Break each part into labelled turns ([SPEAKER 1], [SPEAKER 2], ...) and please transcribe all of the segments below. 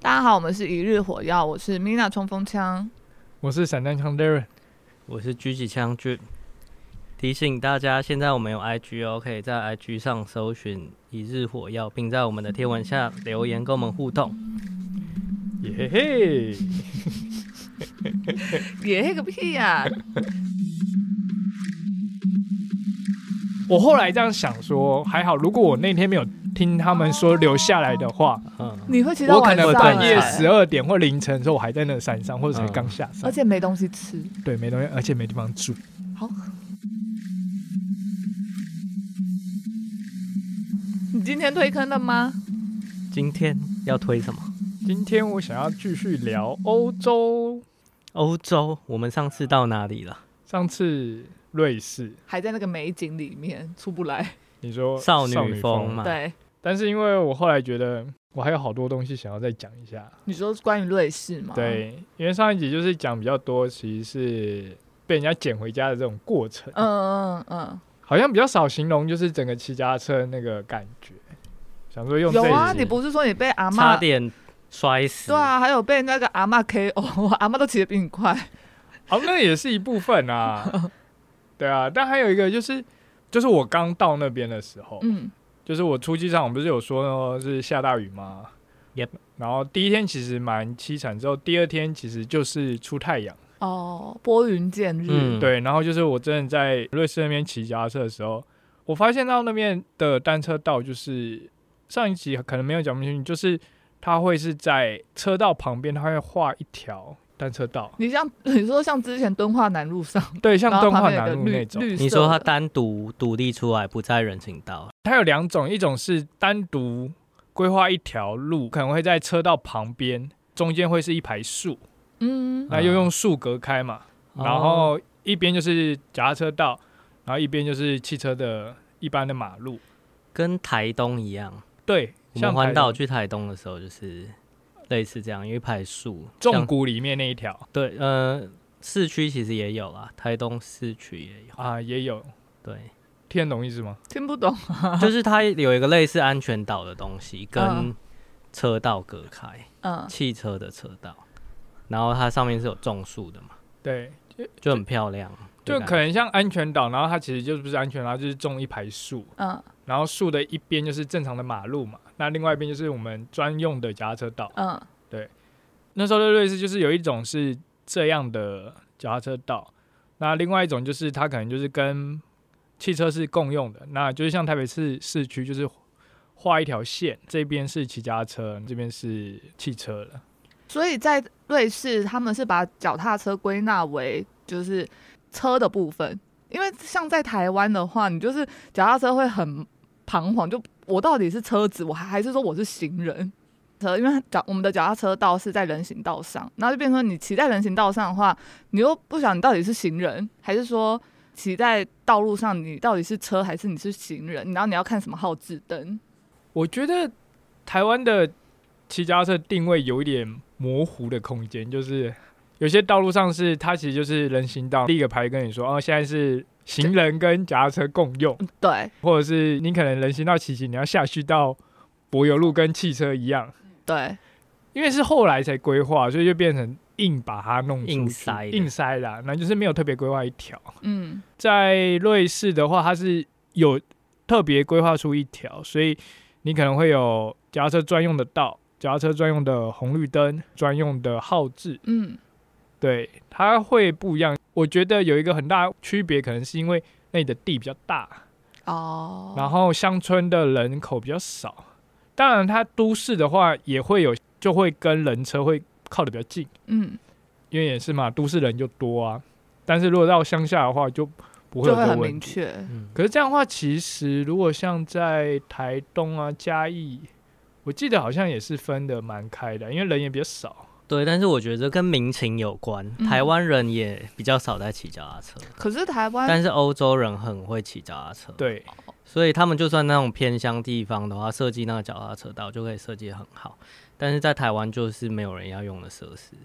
[SPEAKER 1] 大家好，我们是一日火药，我是 Mina 冲锋枪。
[SPEAKER 2] 我是散弹枪 Darren，
[SPEAKER 3] 我是狙击枪君。提醒大家，现在我们有 IG 哦，可以在 IG 上搜寻“一日火药”，并在我们的贴文下留言跟我们互动。
[SPEAKER 2] 耶嘿嘿，
[SPEAKER 1] 也嘿个屁呀、
[SPEAKER 2] 我后来这样想说，还好，如果我那天没有听他们说留下来的话，
[SPEAKER 3] 嗯，
[SPEAKER 1] 你会骑到
[SPEAKER 2] 我可
[SPEAKER 1] 晚上、
[SPEAKER 2] 能
[SPEAKER 1] 欸，
[SPEAKER 2] 半夜
[SPEAKER 3] 欸
[SPEAKER 2] 十二点或凌晨的时候，我还在那个山上，或者才
[SPEAKER 3] 嗯
[SPEAKER 2] 刚下
[SPEAKER 1] 而
[SPEAKER 2] 山，
[SPEAKER 1] 且没东西吃。
[SPEAKER 2] 对，没东西，而且没地方住。
[SPEAKER 1] 好，你今天退坑了吗？
[SPEAKER 3] 今天要推什么？
[SPEAKER 2] 今天我想要继续聊欧洲，
[SPEAKER 3] 欧洲，我们上次到哪里了？
[SPEAKER 2] 上次瑞士，
[SPEAKER 1] 还在那个美景里面出不来。
[SPEAKER 2] 你说
[SPEAKER 3] 少
[SPEAKER 2] 女
[SPEAKER 3] 女风，
[SPEAKER 2] 啊
[SPEAKER 3] 嘛。
[SPEAKER 1] 对，
[SPEAKER 2] 但是因为我后来觉得我还有好多东西想要再讲一下，
[SPEAKER 1] 你说关于瑞士吗？，
[SPEAKER 2] 对，因为上一集就是讲比较多，其实是被人家捡回家的这种过程，
[SPEAKER 1] 嗯嗯嗯
[SPEAKER 2] 好像比较少形容，就是整个骑脚踏车那个感觉。想说用
[SPEAKER 1] 嗯，
[SPEAKER 2] 这
[SPEAKER 1] 有啊，
[SPEAKER 2] 一集
[SPEAKER 1] 你不是说你被阿
[SPEAKER 3] 差
[SPEAKER 1] 妈？
[SPEAKER 3] 点摔死。
[SPEAKER 1] 对啊，还有被那个阿妈 KO，阿 妈都骑得比你快。
[SPEAKER 2] 哦，那也是一部 分啊。对啊，但还有一个就是，就是我刚到那边的时候，
[SPEAKER 1] 嗯，
[SPEAKER 2] 就是我出机场，我不是有说哦是下大雨吗
[SPEAKER 3] Yep
[SPEAKER 2] 然后第一天其实蛮凄惨，之后第二天其实就是出太阳。
[SPEAKER 1] 哦，拨云见日。
[SPEAKER 3] 嗯
[SPEAKER 2] 对，然后就是我真的在瑞士那边骑脚踏车的时候，我发现到那边的单车道就是上一集可能没有讲清楚，就是它会是在车道旁边，它会画一条单车道，
[SPEAKER 1] 你像 你说像之前敦化南路上，
[SPEAKER 2] 对，像
[SPEAKER 1] 然后
[SPEAKER 2] 敦
[SPEAKER 1] 旁
[SPEAKER 2] 化
[SPEAKER 1] 边有
[SPEAKER 2] 南
[SPEAKER 1] 个
[SPEAKER 2] 路
[SPEAKER 1] 绿
[SPEAKER 2] 那种。
[SPEAKER 1] 绿色的，
[SPEAKER 3] 你说它单独独立出来，不在人行道。
[SPEAKER 2] 它有两种，一种是单独规划一条路，可能会在车道旁边，中间会是一排树，
[SPEAKER 1] 嗯，
[SPEAKER 2] 那又用树隔开嘛， 然
[SPEAKER 3] 哦
[SPEAKER 2] 后一边就是脚踏车道，然后一边就是汽车的一般的马路。
[SPEAKER 3] 跟台东一样，
[SPEAKER 2] 对，
[SPEAKER 3] 我们
[SPEAKER 2] 像
[SPEAKER 3] 环
[SPEAKER 2] 台
[SPEAKER 3] 岛去台东的时候就是类似这样，有一排树。
[SPEAKER 2] 纵
[SPEAKER 3] 像
[SPEAKER 2] 谷里面那一条
[SPEAKER 3] 对，呃，市区其实也有啦，台东市区也有。
[SPEAKER 2] 啊，也有
[SPEAKER 3] 对，
[SPEAKER 2] 听得懂意思吗？
[SPEAKER 1] 听不懂。
[SPEAKER 3] 就是它有一个类似安全岛的东西，跟
[SPEAKER 1] 嗯
[SPEAKER 3] 车道隔开，
[SPEAKER 1] 嗯，
[SPEAKER 3] 汽车的车道，然后它上面是有种树的嘛，
[SPEAKER 2] 对，
[SPEAKER 3] 就很漂亮。
[SPEAKER 2] 就
[SPEAKER 3] 对吧
[SPEAKER 2] 可能像安全岛，然后它其实就不是安全岛，它就是种一排树，
[SPEAKER 1] 嗯
[SPEAKER 2] 然后树的一边就是正常的马路嘛，那另外一边就是我们专用的脚踏车道。
[SPEAKER 1] 嗯
[SPEAKER 2] 那时候的瑞士就是有一种是这样的脚踏车道，那另外一种就是它可能就是跟汽车是共用的，那就是像台北市市区就是画一条线，这边是骑脚踏车，这边是汽车了。
[SPEAKER 1] 所以在瑞士，他们是把脚踏车归纳为就是车的部分，因为像在台湾的话，你就是脚踏车会很彷徨，就我到底是车子，我还还是说我是行人？车，因为脚我们的脚踏车道是在人行道上，然后就变成说你骑在人行道上的话，你又不想你到底是行人还是说骑在道路上，你到底是车还是你是行人？然后你要看什么号志灯？
[SPEAKER 2] 我觉得台湾的骑脚踏车定位有一点模糊的空间，就是有些道路上是它其实就是人行道，立个牌跟你说，哦，现在是行人跟脚踏车共用，
[SPEAKER 3] 嗯
[SPEAKER 1] 对
[SPEAKER 2] 或者是你可能人行道骑行，你要下去到柏油路跟汽车一样，
[SPEAKER 1] 对，
[SPEAKER 2] 因为是后来才规划，所以就变成硬把它弄出去
[SPEAKER 3] 硬塞的
[SPEAKER 2] 硬塞啦，那就是没有特别规划一条。
[SPEAKER 1] 嗯
[SPEAKER 2] 在瑞士的话，它是有特别规划出一条，所以你可能会有脚踏车专用的道、脚踏车专用的红绿灯、专用的号志，
[SPEAKER 1] 嗯
[SPEAKER 2] 对，它会不一样。我觉得有一个很大区别，可能是因为那里的地比较大，
[SPEAKER 1] 哦，
[SPEAKER 2] 然后乡村的人口比较少。当然，它都市的话也会有，就会跟人车会靠得比较近，
[SPEAKER 1] 嗯。
[SPEAKER 2] 因为也是嘛，都市人就多啊。但是如果到乡下的话，就不
[SPEAKER 1] 就
[SPEAKER 2] 会
[SPEAKER 1] 会
[SPEAKER 2] 有这个
[SPEAKER 1] 很
[SPEAKER 2] 问
[SPEAKER 1] 明
[SPEAKER 2] 题。
[SPEAKER 1] 确。
[SPEAKER 3] 嗯，
[SPEAKER 2] 可是这样的话，其实如果像在台东啊、嘉义，我记得好像也是分的蛮开的，因为人也比较少。
[SPEAKER 3] 对，但是我觉得跟民情有关，
[SPEAKER 1] 嗯
[SPEAKER 3] 台湾人也比较少在骑脚踏车，
[SPEAKER 1] 可是台湾，
[SPEAKER 3] 但是欧洲人很会骑脚踏车，，
[SPEAKER 2] 对，
[SPEAKER 3] 所以他们就算那种偏乡地方的话，设计那个脚踏车道就可以设计得很好，但是在台湾就是没有人要用的设施，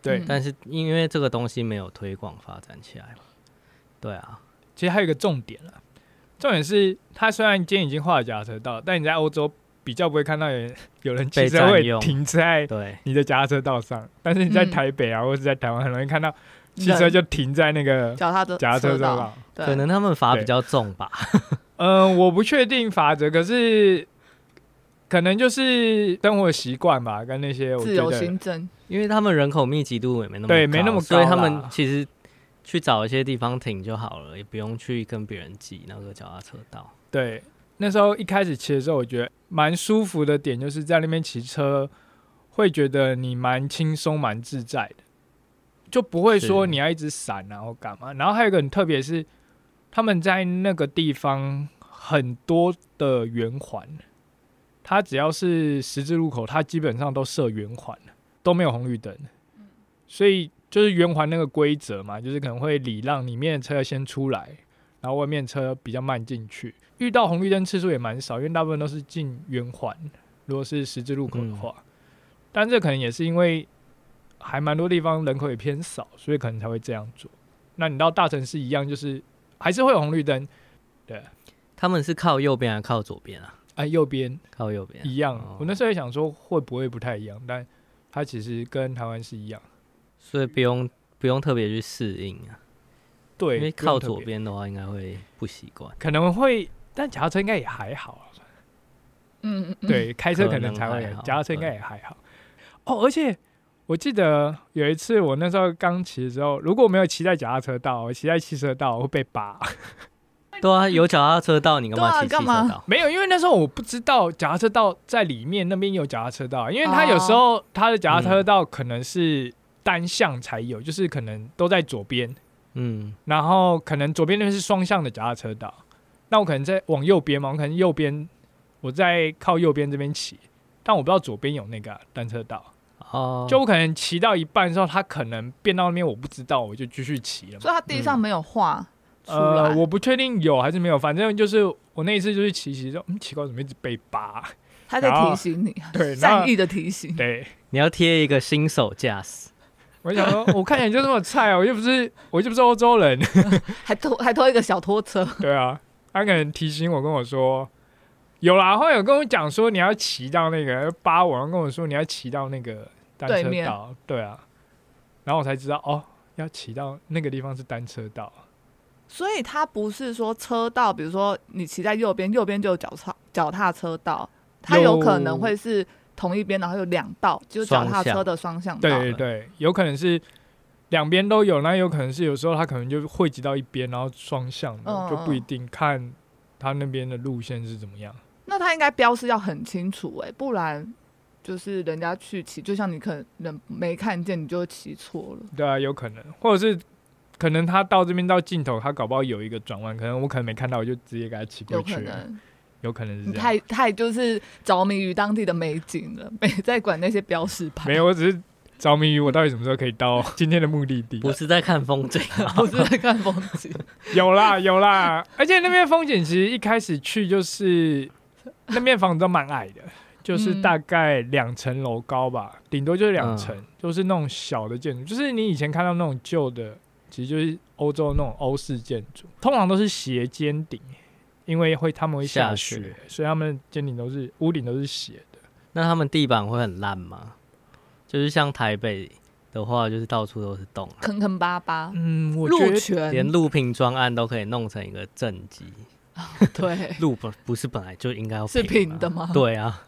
[SPEAKER 2] 对
[SPEAKER 1] 嗯
[SPEAKER 3] 但是因为这个东西没有推广发展起来嘛，对啊，
[SPEAKER 2] 啊其实还有一个重点了，重点是它虽然今天已经画了脚踏车道，但你在欧洲比较不会看到有人 有人骑
[SPEAKER 3] 被
[SPEAKER 2] 车
[SPEAKER 3] 占
[SPEAKER 2] 会
[SPEAKER 3] 用
[SPEAKER 2] 停 在
[SPEAKER 3] 对，
[SPEAKER 2] 你的脚踏车道上，但是你在
[SPEAKER 1] 嗯
[SPEAKER 2] 台北啊，或者在台湾，很容易看到汽车
[SPEAKER 1] 人
[SPEAKER 2] 就停在那个
[SPEAKER 1] 脚踏车
[SPEAKER 2] 脚踏车
[SPEAKER 1] 道，
[SPEAKER 2] 道。
[SPEAKER 1] 对，
[SPEAKER 3] 可能他们罚
[SPEAKER 2] 对
[SPEAKER 3] 比较重吧。
[SPEAKER 2] 嗯，我不确定法则，可是可能就是生活习惯吧，跟那些我
[SPEAKER 1] 自
[SPEAKER 2] 觉
[SPEAKER 1] 由
[SPEAKER 2] 得
[SPEAKER 1] 新增，
[SPEAKER 3] 因为他们人口密集度也没那么
[SPEAKER 2] 对没那么高
[SPEAKER 3] 所以他
[SPEAKER 2] 啦
[SPEAKER 3] 们其实去找一些地方停就好了，也不用去跟别人挤那个脚踏车道。
[SPEAKER 2] 对。那时候一开始骑的时候，我觉得蛮舒服的点就是在那边骑车，会觉得你蛮轻松、蛮自在的，就不会说
[SPEAKER 3] 是
[SPEAKER 2] 你要一直闪然后干嘛。然后还有一个很特别是，他们在那个地方很多的圆环，它只要是十字路口，它基本上都设圆环，都没有红绿灯，所以就是圆环那个规则嘛，就是可能会礼让里面的车先出来，然后外面车比较慢进去。遇到红绿灯次数也蛮少，因为大部分都是进圆环，如果是十字路口的话，
[SPEAKER 3] 嗯
[SPEAKER 2] 但这可能也是因为还蛮多地方人口也偏少，所以可能才会这样做。那你到大城市一样，就是还是会有红绿灯，
[SPEAKER 3] 他们是靠右边还是靠左边啊？
[SPEAKER 2] 哎、右边
[SPEAKER 3] 靠右边。
[SPEAKER 2] 一样。
[SPEAKER 3] 哦
[SPEAKER 2] 我那时候也想说会不会不太一样，但它其实跟台湾是一样。
[SPEAKER 3] 所以不用不用特别去适应啊，
[SPEAKER 2] 对，
[SPEAKER 3] 因为
[SPEAKER 2] 不用
[SPEAKER 3] 靠
[SPEAKER 2] 特
[SPEAKER 3] 左
[SPEAKER 2] 别
[SPEAKER 3] 边的话应该会不习惯。
[SPEAKER 2] 可能会，但脚踏车应该也还好啊。
[SPEAKER 1] 嗯嗯，嗯，
[SPEAKER 2] 对，开车
[SPEAKER 3] 可
[SPEAKER 2] 可能
[SPEAKER 3] 能
[SPEAKER 2] 才会
[SPEAKER 3] 还，好
[SPEAKER 2] 脚踏车应
[SPEAKER 3] 对
[SPEAKER 2] 该也还好。哦，而且我记得有一次我那时候刚骑的时候，如果没有骑在脚踏车道，我骑在汽车道我会被扒。
[SPEAKER 3] 对啊，有脚踏车道，你干
[SPEAKER 1] 对啊
[SPEAKER 3] 嘛骑汽
[SPEAKER 1] 干
[SPEAKER 3] 车
[SPEAKER 1] 嘛
[SPEAKER 3] 道？
[SPEAKER 2] 没有，因为那时候我不知道脚踏车道在里面那边有脚踏车道，因为它有时候它的脚踏车道可能是单向才有，就是可能都在左边，
[SPEAKER 3] 嗯，
[SPEAKER 2] 然后可能左边那边是双向的脚踏车道，那我可能在往右边嘛，我可能右边我在靠右边这边骑，但我不知道左边有那个单车道。
[SPEAKER 3] 哦，
[SPEAKER 2] 就我可能骑到一半的时候，它可能变到那边，我不知道，我就继续骑了嘛。
[SPEAKER 1] 所以它地上
[SPEAKER 3] 嗯
[SPEAKER 1] 没有画出
[SPEAKER 2] 呃，
[SPEAKER 1] 来，
[SPEAKER 2] 我不确定有还是没有，反正就是我那一次就是骑骑说，嗯，奇怪，怎么一直被扒？
[SPEAKER 1] 它在
[SPEAKER 2] 然后
[SPEAKER 1] 提醒你，
[SPEAKER 2] 对，那
[SPEAKER 1] 善意的提醒，
[SPEAKER 2] 对，
[SPEAKER 3] 你要贴一个新手驾驶，
[SPEAKER 2] 我想说，我看起来就这么菜啊，我又不是，我又不是欧洲人，
[SPEAKER 1] 还拖还拖一个小拖车，
[SPEAKER 2] 对啊，他可能提醒我跟我说，有啦，后来有跟我讲说你要骑到那个扒我，然后跟我说你要骑到那个单
[SPEAKER 1] 对
[SPEAKER 2] 车
[SPEAKER 1] 面
[SPEAKER 2] 道，对啊，然后我才知道哦，要骑到那个地方是单车道，
[SPEAKER 1] 所以它不是说车道，比如说你骑在右边，右边就有脚踏脚踏车道，它有可能会是同一边，然后有两道，就是脚踏车的双向道。
[SPEAKER 2] 对对对，有可能是两边都有，那有可能是有时候它可能就汇集到一边，然后双向的、
[SPEAKER 1] 嗯
[SPEAKER 2] 就不一定看它那边的路线是怎么样。
[SPEAKER 1] 那它应该标示要很清楚哎、不然就是人家去骑，就像你可能没看见，你就骑错了。
[SPEAKER 2] 对啊，有可能，或者是可能它到这边到尽头，它搞不好有一个转弯，可能我可能没看到，我就直接给它骑过
[SPEAKER 1] 有
[SPEAKER 2] 去
[SPEAKER 1] 可
[SPEAKER 2] 了，
[SPEAKER 1] 能
[SPEAKER 2] 有可能是
[SPEAKER 1] 你
[SPEAKER 2] 这样。
[SPEAKER 1] 太太就是着迷于当地的美景了，没在管那些标示牌。
[SPEAKER 2] 没有，，我只是着迷于我到底什么时候可以到今天的目的地。
[SPEAKER 3] 不是在看风景啊。
[SPEAKER 1] 不是在看风景。
[SPEAKER 2] 有啦有啦，而且那边风景其实一开始去就是那边房子都蛮矮的，就是大概两层楼高吧，顶多就是两层，就是那种小的建筑，就是你以前看到那种旧的，其实就是欧洲那种欧式建筑，通常都是斜尖顶，因为会他们会下雪，
[SPEAKER 3] 下雪
[SPEAKER 2] 所以他们尖顶都是屋顶都是斜的。
[SPEAKER 3] 那他们地板会很烂吗？就是像台北的话，就是到处都是洞啊，
[SPEAKER 1] 坑坑巴巴，
[SPEAKER 2] 嗯，我觉
[SPEAKER 1] 路
[SPEAKER 2] 得
[SPEAKER 3] 连
[SPEAKER 1] 权
[SPEAKER 3] 路平专案都可以弄成一个正极。
[SPEAKER 1] 对
[SPEAKER 3] 路本不是本来就应该要
[SPEAKER 1] 是
[SPEAKER 3] 平
[SPEAKER 1] 平的吗？
[SPEAKER 3] 对啊，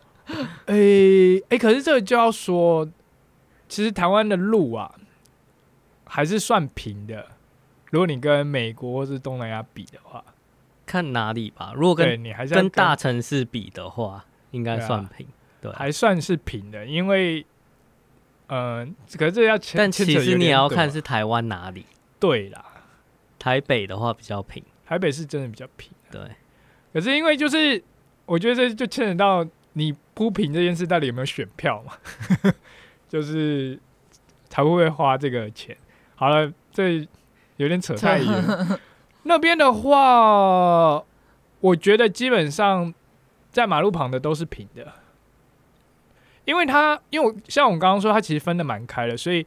[SPEAKER 2] 诶、诶、可是这个就要说，其实台湾的路啊，还是算平的。如果你跟美国或是东南亚比的话，
[SPEAKER 3] 看哪里吧。如果
[SPEAKER 2] 对
[SPEAKER 3] 跟
[SPEAKER 2] 你还是要
[SPEAKER 3] 跟大城市比的话，应该
[SPEAKER 2] 对啊
[SPEAKER 3] 算平。对啊，
[SPEAKER 2] 还算是平的，因为，呃，可是这要牵
[SPEAKER 3] 但
[SPEAKER 2] 牵
[SPEAKER 3] 其
[SPEAKER 2] 扯有
[SPEAKER 3] 实你也
[SPEAKER 2] 点
[SPEAKER 3] 要
[SPEAKER 2] 多
[SPEAKER 3] 看
[SPEAKER 2] 啊
[SPEAKER 3] 是台湾哪里。
[SPEAKER 2] 对啦，
[SPEAKER 3] 台北的话比较平，
[SPEAKER 2] 台北是真的比较平。
[SPEAKER 3] 对，
[SPEAKER 2] 可是因为就是，我觉得这就牵扯到你铺平这件事到底有没有选票嘛， 就是才会不会花这个钱。好了，这有点扯太远。那边的话，我觉得基本上在马路旁的都是平的，因为它因为我像我刚刚说，它其实分的蛮开的，所以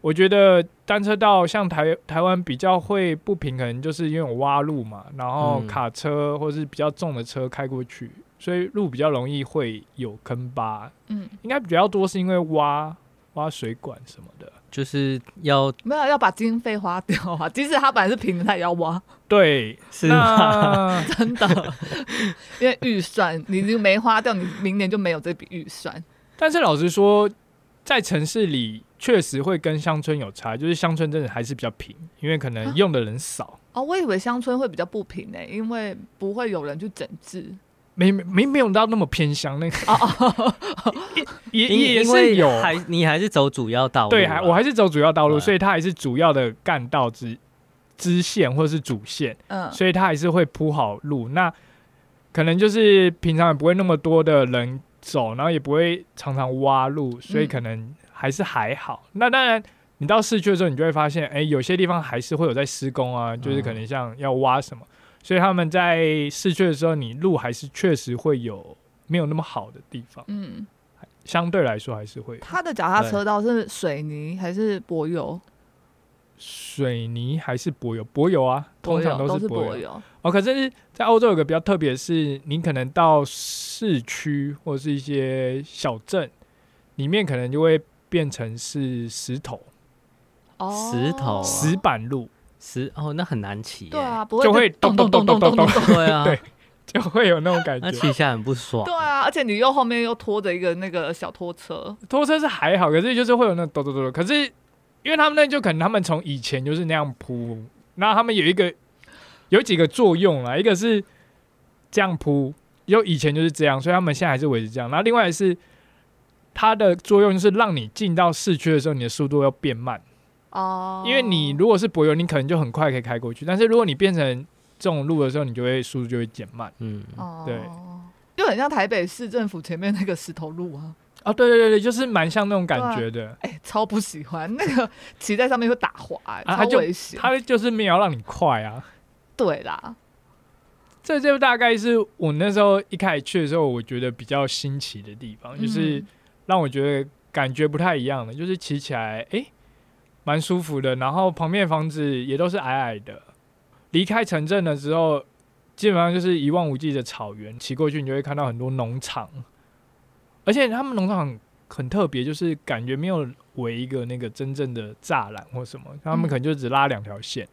[SPEAKER 2] 我觉得单车道像台台湾比较会不平衡，就是因为有挖路嘛，然后
[SPEAKER 3] 嗯
[SPEAKER 2] 卡车或是比较重的车开过去，所以路比较容易会有坑疤。
[SPEAKER 1] 嗯，
[SPEAKER 2] 应该比较多是因为挖挖水管什么的。
[SPEAKER 3] 就是要
[SPEAKER 1] 没有要把经费花掉啊，即使它本来是平的，它也要挖，
[SPEAKER 2] 对，
[SPEAKER 3] 是
[SPEAKER 2] 那
[SPEAKER 1] 真的，因为预算你就没花掉，你明年就没有这笔预算。
[SPEAKER 2] 但是老实说，在城市里确实会跟乡村有差，就是乡村真的还是比较平，因为可
[SPEAKER 3] 啊
[SPEAKER 2] 能用的人少，
[SPEAKER 1] 哦，我以为乡村会比较不平呢、因为不会有人去整治。
[SPEAKER 2] 没没没有到那么偏乡那个，
[SPEAKER 1] 哦哦，
[SPEAKER 2] 也
[SPEAKER 3] 因
[SPEAKER 2] 也
[SPEAKER 3] 因
[SPEAKER 2] 是
[SPEAKER 3] 为
[SPEAKER 2] 有。
[SPEAKER 3] 还你还是走主要道路啊，
[SPEAKER 2] 对，还我还是走主要道路，
[SPEAKER 3] 对啊
[SPEAKER 2] 所以它还是主要的干道支支线或是主线，
[SPEAKER 1] 嗯，
[SPEAKER 2] 所以它还是会铺好路。那可能就是平常也不会那么多的人走，然后也不会常常挖路，所以
[SPEAKER 1] 嗯
[SPEAKER 2] 可能还是还好。那当然，你到市区的时候，你就会发现，哎、有些地方还是会有在施工啊，
[SPEAKER 1] 嗯
[SPEAKER 2] 就是可能像要挖什么，所以他们在市区的时候，你路还是确实会有没有那么好的地方，
[SPEAKER 1] 嗯，
[SPEAKER 2] 相对来说还是会
[SPEAKER 1] 它的脚踏车道是水泥还是柏油？
[SPEAKER 2] 水泥还是柏油，柏油啊，通常
[SPEAKER 1] 油
[SPEAKER 2] 都
[SPEAKER 1] 都
[SPEAKER 2] 是
[SPEAKER 1] 是
[SPEAKER 2] 柏油。
[SPEAKER 1] 油。
[SPEAKER 2] 哦，可是，在欧洲有个比较特别的是，你可能到市区或是一些小镇里面，可能就会变成是石头、
[SPEAKER 1] 哦，
[SPEAKER 3] 石头啊
[SPEAKER 2] 石板路，
[SPEAKER 3] 是哦，那很难骑耶，
[SPEAKER 1] 对啊，不会
[SPEAKER 2] 就会
[SPEAKER 1] 咚
[SPEAKER 2] 咚咚
[SPEAKER 1] 咚
[SPEAKER 2] 咚
[SPEAKER 1] 咚
[SPEAKER 2] 咚
[SPEAKER 1] 咚。
[SPEAKER 3] 对啊，
[SPEAKER 2] 对就会有那种感
[SPEAKER 3] 那
[SPEAKER 2] 觉。
[SPEAKER 3] 骑下来很不爽
[SPEAKER 1] 对，啊，而且你又后面又拖着一个那个小拖车，
[SPEAKER 2] 拖车是还好，可是就是会有那种咚咚咚咚。可是因为他们那就可能他们从以前就是那样铺，那他们有一个有几个作用啊啦，一个是这样铺，有以前就是这样，所以他们现在还是维持这样。然后另外是它的作用就是让你进到市区的时候，你的速度要变慢，
[SPEAKER 1] 哦，
[SPEAKER 2] 因为你如果是柏油，你可能就很快可以开过去，但是如果你变成这种路的时候，你就会速度就会减慢。
[SPEAKER 3] 嗯，
[SPEAKER 1] 哦，
[SPEAKER 2] 对，
[SPEAKER 1] 就很像台北市政府前面那个石头路啊，
[SPEAKER 2] 哦，对对对对，就是蛮像那种感觉的。
[SPEAKER 1] 哎、超不喜欢那个骑在上面会打滑、哎
[SPEAKER 2] 啊它
[SPEAKER 1] 超
[SPEAKER 2] 就
[SPEAKER 1] 危险。
[SPEAKER 2] 它就是没有让你快啊，
[SPEAKER 1] 对啦，
[SPEAKER 2] 这就大概是我那时候一开始去的时候，我觉得比较新奇的地方，就是
[SPEAKER 1] 嗯
[SPEAKER 2] 让我觉得感觉不太一样的，就是骑起来诶蛮舒服的，然后旁边的房子也都是矮矮的。离开城镇的时候，基本上就是一望无际的草原，骑过去你就会看到很多农场，而且他们农场很很特别，就是感觉没有围一个那个真正的栅栏或什么，他们可能就只拉两条线，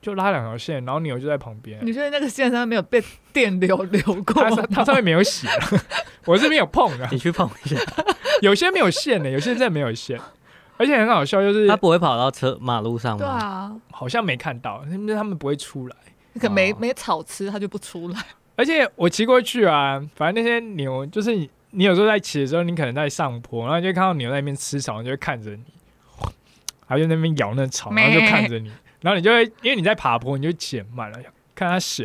[SPEAKER 2] 就拉两条线，然后牛就在旁边。
[SPEAKER 1] 你觉得那个线上面没有被电流流过
[SPEAKER 2] 它
[SPEAKER 1] 吗
[SPEAKER 2] 上它上面没有写，我是没有碰的。
[SPEAKER 3] 啊你去碰一下，
[SPEAKER 2] 有些没有线的，有些真的没有线，而且很好笑，就是
[SPEAKER 3] 他不会跑到车马路上
[SPEAKER 1] 对
[SPEAKER 3] 吗？
[SPEAKER 1] 啊，
[SPEAKER 2] 好像没看到，因为他们不会出来。
[SPEAKER 1] 那个没、
[SPEAKER 3] 哦
[SPEAKER 1] 没草吃，它就不出来。
[SPEAKER 2] 而且我骑过去啊，反正那些牛，就是你，你有时候在骑的时候，你可能在上坡，然后你就会看到牛在那边吃草，你就会看着你，它就在那边咬那草，然后就看着你，然后你就会因为你在爬坡，你就减慢了，看它 小。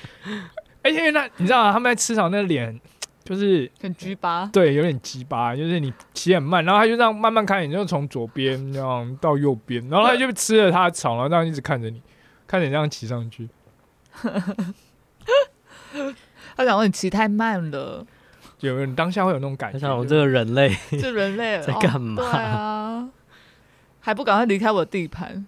[SPEAKER 2] 而且因为那你知道、啊、他们在吃草，那脸就是
[SPEAKER 1] 很 G 八，
[SPEAKER 2] 对，有点鸡巴，就是你骑很慢，然后他就这样慢慢开，你就从左边这样到右边，然后他就吃了他的草，然后这样一直看着你，看着你这样骑上去。
[SPEAKER 1] 他想问你骑太慢 了，
[SPEAKER 2] 有人当下会有那种感
[SPEAKER 3] 他
[SPEAKER 2] 觉，
[SPEAKER 3] 想我这个人类，
[SPEAKER 1] 这人类
[SPEAKER 3] 在干嘛
[SPEAKER 1] 哦对啊，还不赶快离开我的地盘？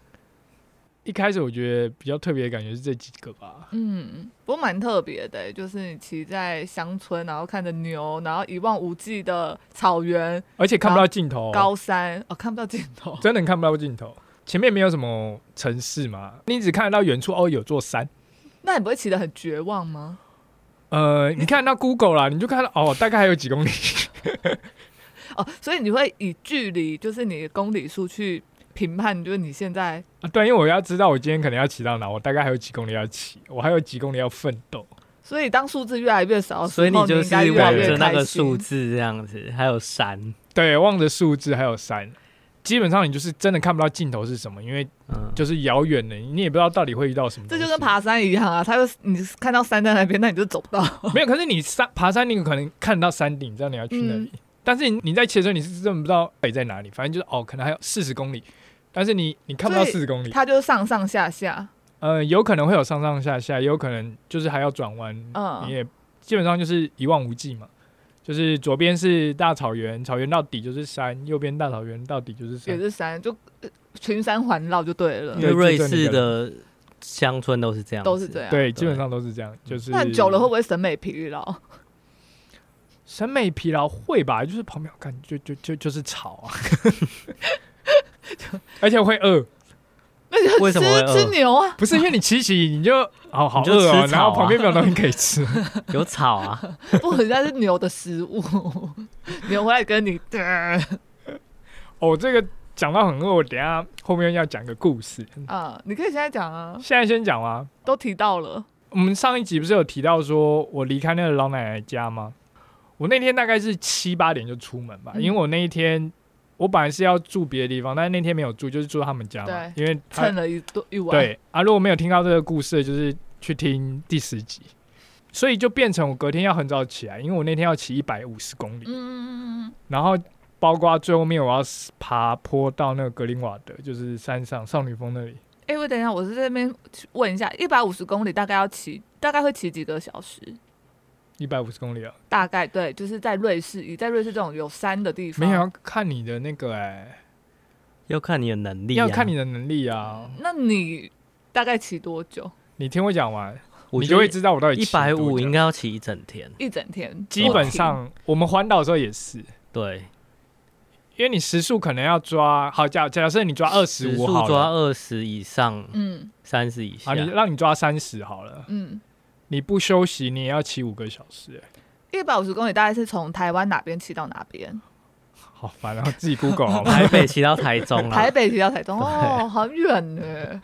[SPEAKER 2] 一开始我觉得比较特别的感觉是这几个吧，
[SPEAKER 1] 嗯，不过蛮特别的欸、就是你骑在乡村，然后看着牛，然后一望无际的草原、
[SPEAKER 2] 而且看不到尽头，
[SPEAKER 1] 高山，哦，看不到尽头。
[SPEAKER 2] 真的看不到尽头。前面没有什么城市嘛，你只看得到远处哦有座山。
[SPEAKER 1] 那你不会骑得很绝望吗？
[SPEAKER 2] 呃，你看到 Google 啦，你就看到哦，大概还有几公里。
[SPEAKER 1] 哦，所以你会以距离，就是你的公里数去评判，就是你现在
[SPEAKER 2] 啊对，因为我要知道我今天可能要骑到哪，我大概还有几公里要骑，我还有几公里要奋斗。
[SPEAKER 1] 所以当数字越来越少的时
[SPEAKER 3] 所
[SPEAKER 1] 候，
[SPEAKER 3] 以你就
[SPEAKER 1] 应
[SPEAKER 3] 是
[SPEAKER 1] 该越来
[SPEAKER 3] 望
[SPEAKER 1] 越
[SPEAKER 3] 着那
[SPEAKER 1] 开
[SPEAKER 3] 个
[SPEAKER 1] 心
[SPEAKER 3] 数字这样子，还有山，
[SPEAKER 2] 对，望着数字还有山，基本上你就是真的看不到尽头是什么，因为
[SPEAKER 3] 嗯，
[SPEAKER 2] 就是遥远的，你也不知道到底会遇到什么东
[SPEAKER 1] 这
[SPEAKER 2] 西。
[SPEAKER 1] 就跟爬山一样啊，它就你看到山在那边，那你就走不到。
[SPEAKER 2] 没有，可是你山爬山，你可能看到山顶，知道你要去哪
[SPEAKER 1] 嗯
[SPEAKER 2] 里，但是你你在骑的时候，你是真的不知道北在哪里，反正就是哦，可能还有四十公里，但是你你看不到
[SPEAKER 1] 所以
[SPEAKER 2] 四十公里，
[SPEAKER 1] 它就是上上下下，
[SPEAKER 2] 呃，有可能会有上上下下，也有可能就是还要转弯，
[SPEAKER 1] 嗯
[SPEAKER 2] 你也基本上就是一望无际嘛。就是左边是大草原，草原到底就是山；右边大草原到底就是
[SPEAKER 1] 也
[SPEAKER 2] 山。
[SPEAKER 1] 是山，就呃群山环绕就对了
[SPEAKER 3] 因。为
[SPEAKER 2] 对
[SPEAKER 3] 瑞
[SPEAKER 2] 就这
[SPEAKER 3] 士
[SPEAKER 2] 样
[SPEAKER 3] 的乡村都是这样子，
[SPEAKER 1] 都是这样。
[SPEAKER 2] 对，基本上都是这样，就是
[SPEAKER 1] 啊那久了会不会审美疲劳？
[SPEAKER 2] 审美疲劳会吧？就是旁边感觉就就就就是吵啊，而且会饿，
[SPEAKER 1] 那就
[SPEAKER 3] 为
[SPEAKER 1] 吃
[SPEAKER 3] 什么会
[SPEAKER 2] 呃
[SPEAKER 3] 饿
[SPEAKER 1] 吃牛啊，
[SPEAKER 2] 不是因为你骑骑你就好好
[SPEAKER 3] 你就
[SPEAKER 2] 饿哦，
[SPEAKER 3] 吃
[SPEAKER 2] 然
[SPEAKER 3] 草
[SPEAKER 2] 后
[SPEAKER 3] 啊
[SPEAKER 2] 旁边没有东西可以吃，
[SPEAKER 3] 有草啊，
[SPEAKER 1] 不人家是牛的食物， 牛回来跟你。
[SPEAKER 2] 哦，这个讲到很饿，我等一下后面要讲个故事。
[SPEAKER 1] 啊，你可以现在讲啊，
[SPEAKER 2] 现在先讲吗？
[SPEAKER 1] 都提到了，
[SPEAKER 2] 我们上一集不是有提到说我离开那个老奶奶家吗？我那天大概是七八点就出门吧，
[SPEAKER 1] 嗯
[SPEAKER 2] 因为我那一天我本来是要住别的地方，但是那天没有住，就是住他们家嘛
[SPEAKER 1] 对，
[SPEAKER 2] 因为他
[SPEAKER 1] 蹭了一顿一碗。，
[SPEAKER 2] 哎对啊，如果没有听到这个故事，就是去听第十集，所以就变成我隔天要很早起来，因为我那天要骑一百五十公里，
[SPEAKER 1] 嗯，
[SPEAKER 2] 然后包括最后面我要爬坡到那个格林瓦德，就是山上少女峰那里。
[SPEAKER 1] 哎、我等一下，我是这边问一下，一百五十公里大概要骑，大概会骑几个小时？
[SPEAKER 2] 一百五十公里啊，
[SPEAKER 1] 大概对，就是在瑞士，以在瑞士这种有山的地方，
[SPEAKER 2] 没有要看你的那个哎、
[SPEAKER 3] 要看你的能力、啊，
[SPEAKER 2] 要看你的能力啊。
[SPEAKER 1] 那你大概骑多久？
[SPEAKER 2] 你听我讲完，
[SPEAKER 3] 我
[SPEAKER 2] 你
[SPEAKER 3] 觉
[SPEAKER 2] 就
[SPEAKER 3] 得
[SPEAKER 2] 会知道我到底
[SPEAKER 3] 一百五应
[SPEAKER 2] 该
[SPEAKER 3] 该要骑一整天，
[SPEAKER 1] 一整天？
[SPEAKER 2] 基本上我们环岛的时候也是，
[SPEAKER 3] 对，
[SPEAKER 2] 因为你时速可能要抓好假假设你抓二十
[SPEAKER 3] 时
[SPEAKER 2] 五
[SPEAKER 3] 速
[SPEAKER 2] 好了，
[SPEAKER 3] 抓二十以上，
[SPEAKER 1] 嗯
[SPEAKER 3] 三十以下
[SPEAKER 2] 啊，你让你抓三十好了，
[SPEAKER 1] 嗯，
[SPEAKER 2] 你不休息你也要骑五个小时、哎
[SPEAKER 1] 一百五十公里大概是从台湾哪边骑到哪边？
[SPEAKER 2] 好烦啊！自己 Google 好吗？
[SPEAKER 3] 台北骑到台中啊
[SPEAKER 1] 台。北骑到台中，哦，好远呢。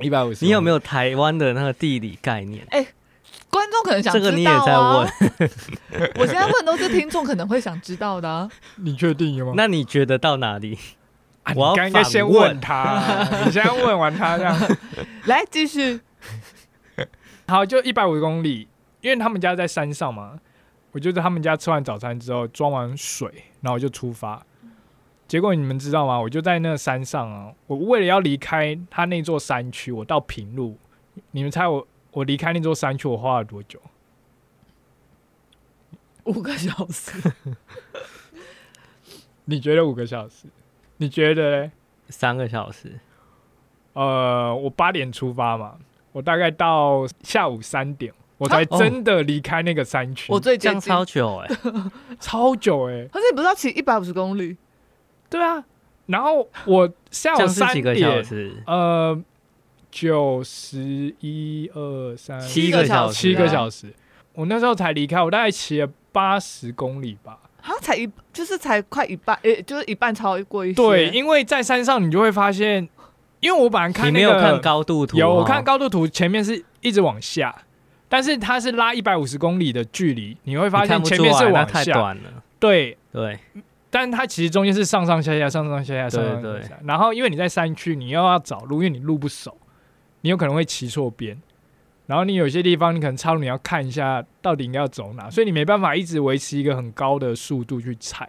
[SPEAKER 2] 一百五十，
[SPEAKER 3] 你有没有台湾的那个地理概念？
[SPEAKER 1] 观众可能想
[SPEAKER 3] 这
[SPEAKER 1] 知道
[SPEAKER 3] 个
[SPEAKER 1] 啊，
[SPEAKER 3] 你也在问，
[SPEAKER 1] 我现在问都是听众可能会想知道的、啊。
[SPEAKER 2] 你确定有吗？
[SPEAKER 3] 那你觉得到哪里？
[SPEAKER 2] 啊你
[SPEAKER 3] 我要
[SPEAKER 2] 刚刚
[SPEAKER 3] 反
[SPEAKER 2] 先
[SPEAKER 3] 问
[SPEAKER 2] 问他，你先问完他这样。
[SPEAKER 1] 来，继续。
[SPEAKER 2] 好，就一百五十公里，因为他们家在山上嘛，我就在他们家吃完早餐之后装完水，然后我就出发。结果你们知道吗？我就在那山上啊，我为了要离开他那座山区，我到平路。你们猜我我离开那座山区我花了多久？
[SPEAKER 1] 五个小 时，
[SPEAKER 2] 你觉得五个小时？你觉得嘞？
[SPEAKER 3] 三个小时，
[SPEAKER 2] 呃，我八点出发嘛，我大概到下午三点，我才
[SPEAKER 3] 哦
[SPEAKER 2] 真的离开那个山区。
[SPEAKER 1] 我最
[SPEAKER 3] 这
[SPEAKER 1] 接
[SPEAKER 3] 样
[SPEAKER 1] 近。
[SPEAKER 3] 超久哎、
[SPEAKER 2] 超久哎、
[SPEAKER 1] 可是你不是要骑一百五十公里？
[SPEAKER 2] 对啊，然后我下午
[SPEAKER 3] 这样是
[SPEAKER 2] 三
[SPEAKER 3] 几个小
[SPEAKER 2] 点，
[SPEAKER 3] 时？
[SPEAKER 2] 呃，九十一二三
[SPEAKER 3] 七个小时啊
[SPEAKER 2] 七个
[SPEAKER 1] 时
[SPEAKER 2] 小时，我那时候才离开，我大概骑了八十公里吧。
[SPEAKER 1] 啊，才一就是才快一半，诶、就是一半超过一些。
[SPEAKER 2] 对，因为在山上你就会发现，因为我本来看
[SPEAKER 3] 你
[SPEAKER 2] 那
[SPEAKER 3] 没
[SPEAKER 2] 个
[SPEAKER 3] 有看高度图、哦？
[SPEAKER 2] 有我看高度图，前面是一直往下。但是它是拉一百五十公里的距离，你会发
[SPEAKER 3] 你看
[SPEAKER 2] 现
[SPEAKER 3] 不
[SPEAKER 2] 前
[SPEAKER 3] 出
[SPEAKER 2] 面是
[SPEAKER 3] 来，那
[SPEAKER 2] 往
[SPEAKER 3] 太
[SPEAKER 2] 下，
[SPEAKER 3] 短了。
[SPEAKER 2] 对，
[SPEAKER 3] 对，
[SPEAKER 2] 但它其实中间是上上下下、上上下下、上上下
[SPEAKER 3] 对
[SPEAKER 2] 下。然后因为你在山区，你又要找路，因为你路不熟，你有可能会骑错边。然后你有些地方你可能岔路，你要看一下到底应该要走哪，所以你没办法一直维持一个很高的速度去踩。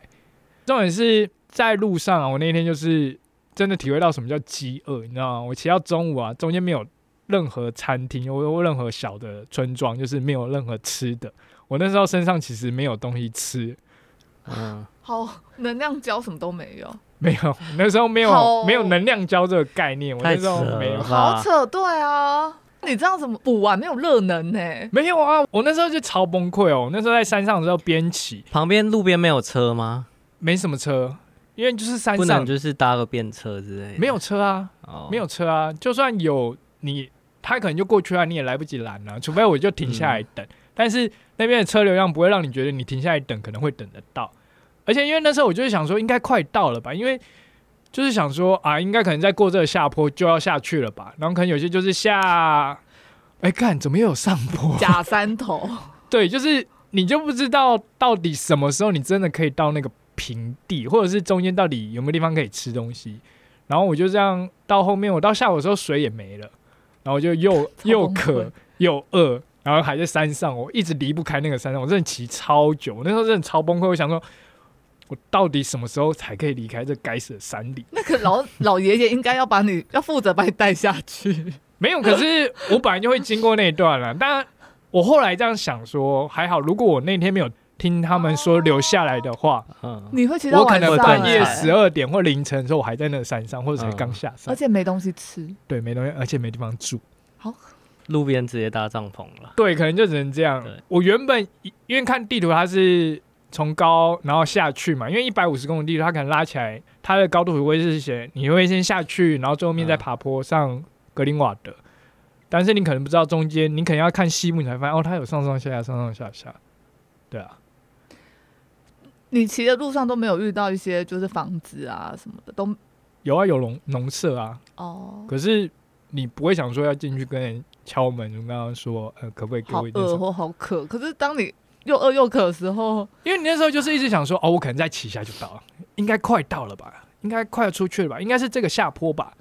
[SPEAKER 2] 重点是在路上啊，我那天就是真的体会到什么叫饥饿，你知道吗？我骑到中午啊，中间没有任何餐厅，我有任何小的村庄，就是没有任何吃的。我那时候身上其实没有东西吃，
[SPEAKER 3] 嗯，
[SPEAKER 1] 好能量胶什么都没有，
[SPEAKER 2] 没有，那时候没有
[SPEAKER 1] 好
[SPEAKER 2] 没有能量胶这个概念，我那
[SPEAKER 3] 太
[SPEAKER 2] 时
[SPEAKER 3] 扯
[SPEAKER 2] 候没有
[SPEAKER 3] 了
[SPEAKER 1] 好
[SPEAKER 3] 吧？
[SPEAKER 1] 扯。对啊，你这样怎么补啊？没有热能呢、
[SPEAKER 2] 没有啊，我那时候就超崩溃哦。我那时候在山上的时候边骑，
[SPEAKER 3] 旁边路边没有车吗？
[SPEAKER 2] 没什么车，因为就是山
[SPEAKER 3] 不能
[SPEAKER 2] 上
[SPEAKER 3] 就是搭个便车之类的？
[SPEAKER 2] 没有车啊，
[SPEAKER 3] 哦，
[SPEAKER 2] 没有车啊，就算有你，他可能就过去啊，你也来不及拦啊，除非我就停下来等。但是那边的车流量不会让你觉得你停下来等可能会等得到，而且因为那时候我就是想说应该快到了吧，因为就是想说啊，应该可能再过这个下坡就要下去了吧，然后可能有些就是下，哎，看怎么又有上坡，
[SPEAKER 1] 假山头，
[SPEAKER 2] 对，就是你就不知道到底什么时候你真的可以到那个平地，或者是中间到底有没有地方可以吃东西。然后我就这样到后面，我到下午的时候水也没了，然后我就 又又
[SPEAKER 1] 崩
[SPEAKER 2] 渴
[SPEAKER 1] 溃
[SPEAKER 2] 又饿，然后还在山上，我一直离不开那个山上，我真的骑超久，我那时候真的超崩溃，我想说。我到底什么时候才可以离开这该死的山里？
[SPEAKER 1] 那个老老爷爷应该要把你 要负责把你带下去。
[SPEAKER 2] 没有，可是我本来就会经过那一段了。但我后来这样想说，还好，如果我那天没有听他们说留下来的话，
[SPEAKER 3] 嗯，
[SPEAKER 1] 你会骑到
[SPEAKER 2] 我可
[SPEAKER 1] 晚上、
[SPEAKER 2] 能
[SPEAKER 1] 欸，
[SPEAKER 2] 半夜
[SPEAKER 3] 欸
[SPEAKER 2] 十二点或凌晨的时候，我还在那个山上，或者才
[SPEAKER 3] 嗯
[SPEAKER 1] 哦
[SPEAKER 2] 刚下山
[SPEAKER 1] 而，且没东西吃，
[SPEAKER 2] 对，没东西，而且没地方住。
[SPEAKER 1] 好，
[SPEAKER 3] 路边直接搭帐篷了。
[SPEAKER 2] 对，可能就只能这样
[SPEAKER 3] 对。
[SPEAKER 2] 我原本以因为看地图，它是从高然后下去嘛，因为一百五十公里地图，它可能拉起来，它的高度回归是写你会先下去，然后最后面再爬坡上格林瓦德。但是你可能不知道中间，你可能要看细目你才发现哦，它有上上下下，上上下下。对啊，
[SPEAKER 1] 你骑的路上都没有遇到一些就是房子啊什么的，都
[SPEAKER 2] 有啊，有农农舍啊，
[SPEAKER 1] 哦，
[SPEAKER 2] 可是你不会想说要进去跟人敲门，就跟他说呃，可不可以给
[SPEAKER 1] 好
[SPEAKER 2] 我一点什
[SPEAKER 1] 饿哦或
[SPEAKER 2] 么？
[SPEAKER 1] 好渴。可是当你又饿又渴的时候，
[SPEAKER 2] 因为你那时候就是一直想说，哦，我可能再骑一下就到了，应该快到了吧，应该快要出去了吧，应该是这个下坡吧，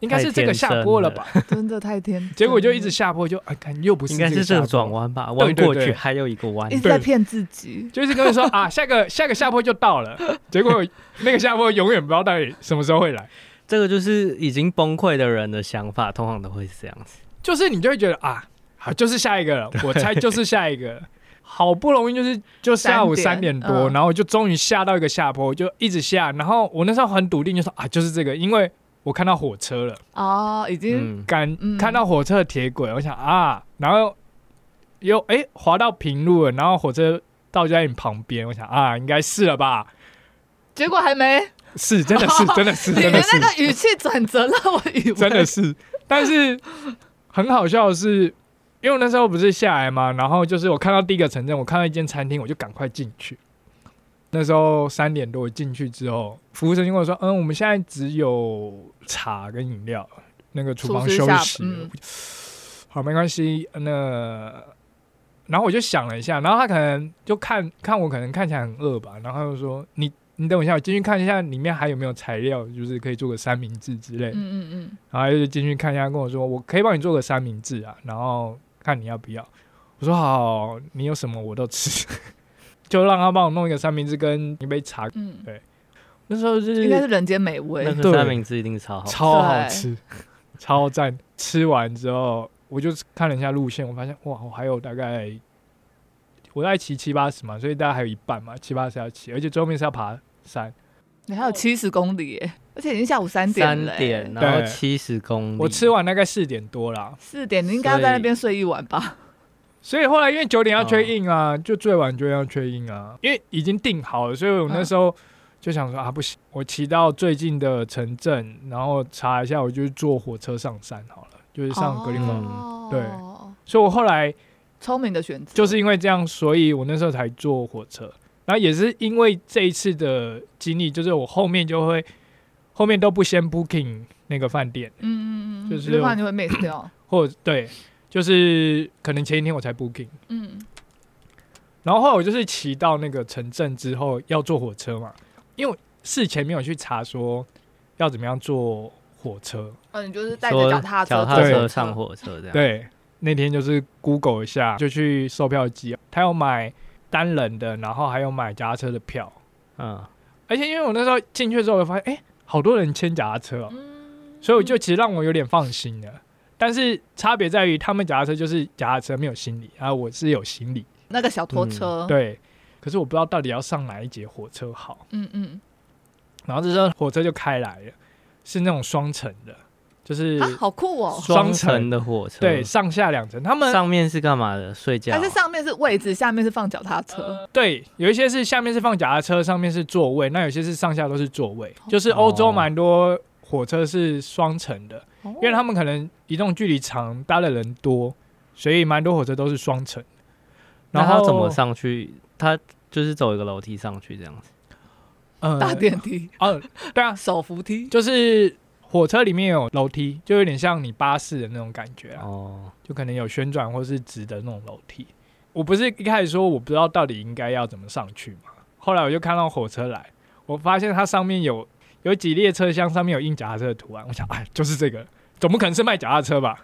[SPEAKER 2] 应该是这个下坡了吧，
[SPEAKER 1] 真的太天真了，
[SPEAKER 2] 结果就一直下坡就，啊，看又不是
[SPEAKER 3] 应该是
[SPEAKER 2] 这
[SPEAKER 3] 这
[SPEAKER 2] 个
[SPEAKER 3] 个
[SPEAKER 2] 下坡
[SPEAKER 3] 转，弯吧，
[SPEAKER 2] 对
[SPEAKER 3] 弯
[SPEAKER 2] 对
[SPEAKER 3] 过
[SPEAKER 2] 对
[SPEAKER 3] 去还有一个弯
[SPEAKER 1] 一。直在骗自己。
[SPEAKER 2] 就是跟你说啊，下个下个下坡就到了，结果那个下坡永远不知道到底什么时候会来，
[SPEAKER 3] 这个就是已经崩溃的人的想法，通常都会是这样子。
[SPEAKER 2] 就是你就会觉得啊，好，就是下一个了，我猜就是下一个了。好不容易就是就下午三
[SPEAKER 1] 三点
[SPEAKER 2] 点多，
[SPEAKER 1] 嗯
[SPEAKER 2] 然后我就终于下到一个下坡，我就一直下。然后我那时候很笃定，就说啊，就是这个，因为我看到火车了，
[SPEAKER 1] 哦，已经
[SPEAKER 3] 嗯，
[SPEAKER 2] 感
[SPEAKER 1] 嗯
[SPEAKER 2] 看到火车的铁轨，我想啊，然后又哎、滑到平路了，然后火车到就在你旁边，我想啊，应该是了吧？
[SPEAKER 1] 结果还没，
[SPEAKER 2] 是，真的是，真 的是，
[SPEAKER 1] 你的
[SPEAKER 2] 真的是
[SPEAKER 1] 那，个语气转折让我以为
[SPEAKER 2] 真的是。但是很好笑的是，因为我那时候不是下来嘛，然后就是我看到第一个城镇，我看到一间餐厅，我就赶快进去。那时候三点多我进去之后，服务生就跟我说：“嗯，我们现在只有茶跟饮料，那个厨房
[SPEAKER 1] 厨师
[SPEAKER 2] 休
[SPEAKER 1] 下
[SPEAKER 2] 息。
[SPEAKER 1] 嗯
[SPEAKER 2] 我就 好，没关系。那然后我就想了一下，然后他可能就看看我可能看起来很饿吧，然后他就说：“你你等我一下，我进去看一下里面还有没有材料，就是可以做个三明治之类的。”
[SPEAKER 1] 嗯嗯嗯，
[SPEAKER 2] 然后他就进去看一下，跟我说我可以帮你做个三明治啊，然后看你要不要。我说好，你有什么我都吃， 就让他帮我弄一个三明治跟一杯茶。
[SPEAKER 1] 嗯，
[SPEAKER 2] 那时候就
[SPEAKER 1] 应该是
[SPEAKER 2] 是
[SPEAKER 1] 人间美味
[SPEAKER 3] 那。
[SPEAKER 2] 对
[SPEAKER 3] 个三明治一定超好吃。
[SPEAKER 2] 超好吃，超赞。吃完之后，我就看了一下路线，我发现哇，我还有大概我大概骑七八十嘛，所以大概还有一半嘛，七八十要骑，而且最后面是要爬山。
[SPEAKER 1] 你还有七十公里耶，而且已经下午三点
[SPEAKER 3] 三
[SPEAKER 1] 了耶，
[SPEAKER 3] 点，然后
[SPEAKER 2] 对
[SPEAKER 3] 七十公里。
[SPEAKER 2] 我吃完大概四点多啦，
[SPEAKER 1] 四点，你应该要在那边睡一晚吧？
[SPEAKER 2] 所以后来因为九点要缺印啊，就最晚就要缺印啊，因为已经定好了，所以我那时候就想说啊，不行，我骑到最近的城镇，然后查一下，我就坐火车上山好了，就是上格林
[SPEAKER 1] 嗯
[SPEAKER 2] 瓦。
[SPEAKER 3] 哦
[SPEAKER 2] 对，所以我后来
[SPEAKER 1] 聪明的选择
[SPEAKER 2] 就是因为这样，所以我那时候才坐火车。然后也是因为这一次的经历，就是我后面就会后面都不先 booking 那个饭店，
[SPEAKER 1] 嗯嗯嗯嗯，
[SPEAKER 2] 就是
[SPEAKER 1] 就怕你会 miss 掉，
[SPEAKER 2] 或者对，就是可能前一天我才 booking。
[SPEAKER 1] 嗯，
[SPEAKER 2] 然后后来我就是骑到那个城镇之后要坐火车嘛，因为我事前没有去查说要怎么样坐火车。
[SPEAKER 1] 哦，你就是带着
[SPEAKER 3] 说
[SPEAKER 1] 脚踏车，
[SPEAKER 3] 脚踏
[SPEAKER 2] 对
[SPEAKER 3] 车上，火车这样。，
[SPEAKER 2] 对，那天就是 Google 一下，就去售票机，他有买单人的，然后还有买脚踏车的票。
[SPEAKER 3] 嗯，
[SPEAKER 2] 而且因为我那时候进去之后，我发现哎、诶好多人牵脚踏车、哦，
[SPEAKER 1] 嗯，
[SPEAKER 2] 所以我就其实让我有点放心了。但是差别在于，他们脚踏车就是脚踏车没有行李，然后我是有行李。
[SPEAKER 1] 那个小拖车，，
[SPEAKER 2] 嗯对，可是我不知道到底要上哪一节火车好。
[SPEAKER 1] 嗯嗯，
[SPEAKER 2] 然后这时候火车就开来了，是那种双层的，就是
[SPEAKER 1] 啊，好酷哦，
[SPEAKER 2] 双
[SPEAKER 3] 双
[SPEAKER 2] 层
[SPEAKER 3] 层的火车。
[SPEAKER 2] 对，上下两层。他们
[SPEAKER 3] 上面是干嘛的？睡觉啊
[SPEAKER 1] 但。是上面是位置，下面是放脚踏车，
[SPEAKER 2] 对有一些是下面是放脚踏车，上面是座位，那有些是上下都是座位。就是欧洲
[SPEAKER 3] 哦
[SPEAKER 2] 蛮多火车是双层的，
[SPEAKER 1] 因
[SPEAKER 2] 因为他们可能移动距离长，搭的人多，所以蛮多火车都是双层。
[SPEAKER 3] 那
[SPEAKER 2] 然
[SPEAKER 3] 他
[SPEAKER 2] 后
[SPEAKER 3] 怎么？上去？他就是走一个楼梯上去这样子。
[SPEAKER 2] 呃，
[SPEAKER 1] 大电梯、
[SPEAKER 2] 哦，对啊，
[SPEAKER 1] 手扶梯，
[SPEAKER 2] 就是火车里面有楼梯，就有点像你巴士的那种感觉啊。
[SPEAKER 3] 哦，
[SPEAKER 2] 就可能有旋转或是直的那种楼梯。我不是一开始说我不知道到底应该要怎么上去嘛，后来我就看到火车来，我发现它上面有有几列车厢上面有印脚踏车的图案，我想哎，就是这个，总不可能是卖脚踏 车吧？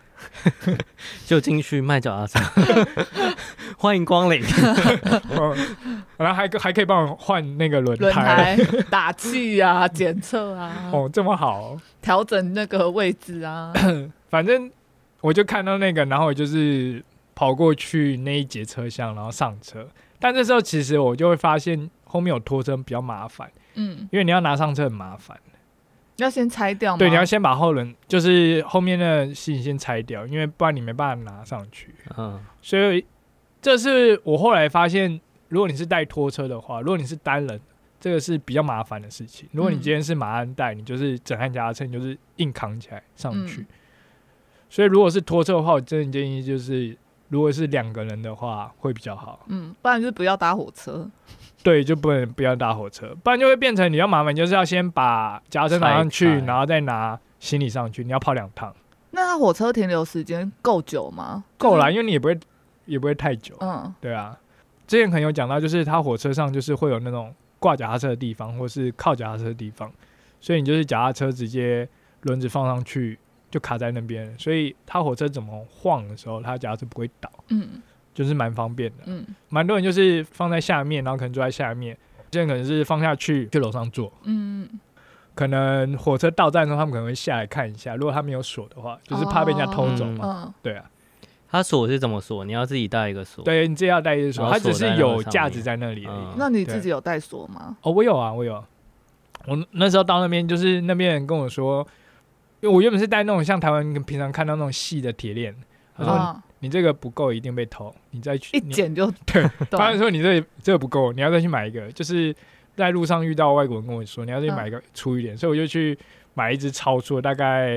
[SPEAKER 3] 就进去卖脚踏车。 欢迎光临。
[SPEAKER 2] 嗯，然后还可还可以帮我换那个轮
[SPEAKER 1] 轮
[SPEAKER 2] 胎，
[SPEAKER 1] 胎打气啊， 检测啊，
[SPEAKER 2] 哦，这么好哦、
[SPEAKER 1] 调整那个位置 啊，
[SPEAKER 2] 反正我就看到那个，然后我就是跑过去那一节车厢，然后上车。但这时候其实我就会发现后面有拖车比较麻烦，
[SPEAKER 1] 嗯，
[SPEAKER 2] 因为你要拿上车很麻烦，
[SPEAKER 1] 要先拆掉吗？
[SPEAKER 2] 对，你要先把后轮，就是后面的信先拆掉，因为不然你没办法拿上去。
[SPEAKER 3] 嗯，
[SPEAKER 2] 所以这是我后来发现，如果你是带拖车的话，如果你是单人，这个是比较麻烦的事情。如果你今天是马鞍带，你就是整台脚踏车，你就是硬扛起来上去。
[SPEAKER 1] 嗯
[SPEAKER 2] 所以如果是拖车的话，我真的建议就是，如果是两个人的话会比较好。
[SPEAKER 1] 嗯，不然就是不要搭火车。
[SPEAKER 2] 对，就不能不要搭火车，不然就会变成你要麻烦，就是要先把脚踏车拿上去
[SPEAKER 3] 拆一，拆
[SPEAKER 2] 然后再拿行李上去，你要跑两趟，
[SPEAKER 1] 那他火车停留时间够久吗？
[SPEAKER 2] 够了，
[SPEAKER 1] 就是。
[SPEAKER 2] 因为你也不会也不会太久。
[SPEAKER 1] 嗯
[SPEAKER 2] 对啊，之前可能有讲到，就是它火车上就是会有那种挂脚踏车的地方，或是靠脚踏车的地方，所以你就是脚踏车直接轮子放上去就卡在那边，所以它火车怎么晃的时候，它脚踏车不会倒，
[SPEAKER 1] 嗯
[SPEAKER 2] 就是蛮方便的。
[SPEAKER 1] 嗯
[SPEAKER 2] 蛮多人就是放在下面，然后可能坐在下面，有些人可能是放下去去楼上坐。
[SPEAKER 1] 嗯，
[SPEAKER 2] 可能火车到站的时候，他们可能会下来看一下，如果他没有锁的话，就是怕被人家偷走嘛。
[SPEAKER 1] 嗯
[SPEAKER 2] 对啊，
[SPEAKER 3] 它锁是怎么锁？你要自己带一个锁。，
[SPEAKER 2] 对你自己要带一只锁，
[SPEAKER 3] 然后
[SPEAKER 2] 它只
[SPEAKER 3] 锁在
[SPEAKER 2] 是
[SPEAKER 3] 那个
[SPEAKER 2] 有
[SPEAKER 3] 上
[SPEAKER 2] 架
[SPEAKER 3] 面
[SPEAKER 2] 子在那里而已。
[SPEAKER 3] 嗯
[SPEAKER 1] 那你自
[SPEAKER 2] 对
[SPEAKER 1] 己有带锁吗？
[SPEAKER 2] 哦，我有啊，我有。我那时候到那边，就是那边人跟我说，因为我原本是带那种像台湾平常看到那种细的铁链，他说、
[SPEAKER 1] 啊，
[SPEAKER 2] 你这个不够，一定被偷，你再去
[SPEAKER 1] 一
[SPEAKER 2] 你
[SPEAKER 1] 剪就
[SPEAKER 2] 对，他们
[SPEAKER 1] 断。
[SPEAKER 2] 说你这这个不够，你要再去买一个。就是在路上遇到外国人跟我说，你要再去买一
[SPEAKER 1] 嗯
[SPEAKER 2] 个粗一点，所以我就去买一只超粗的，大概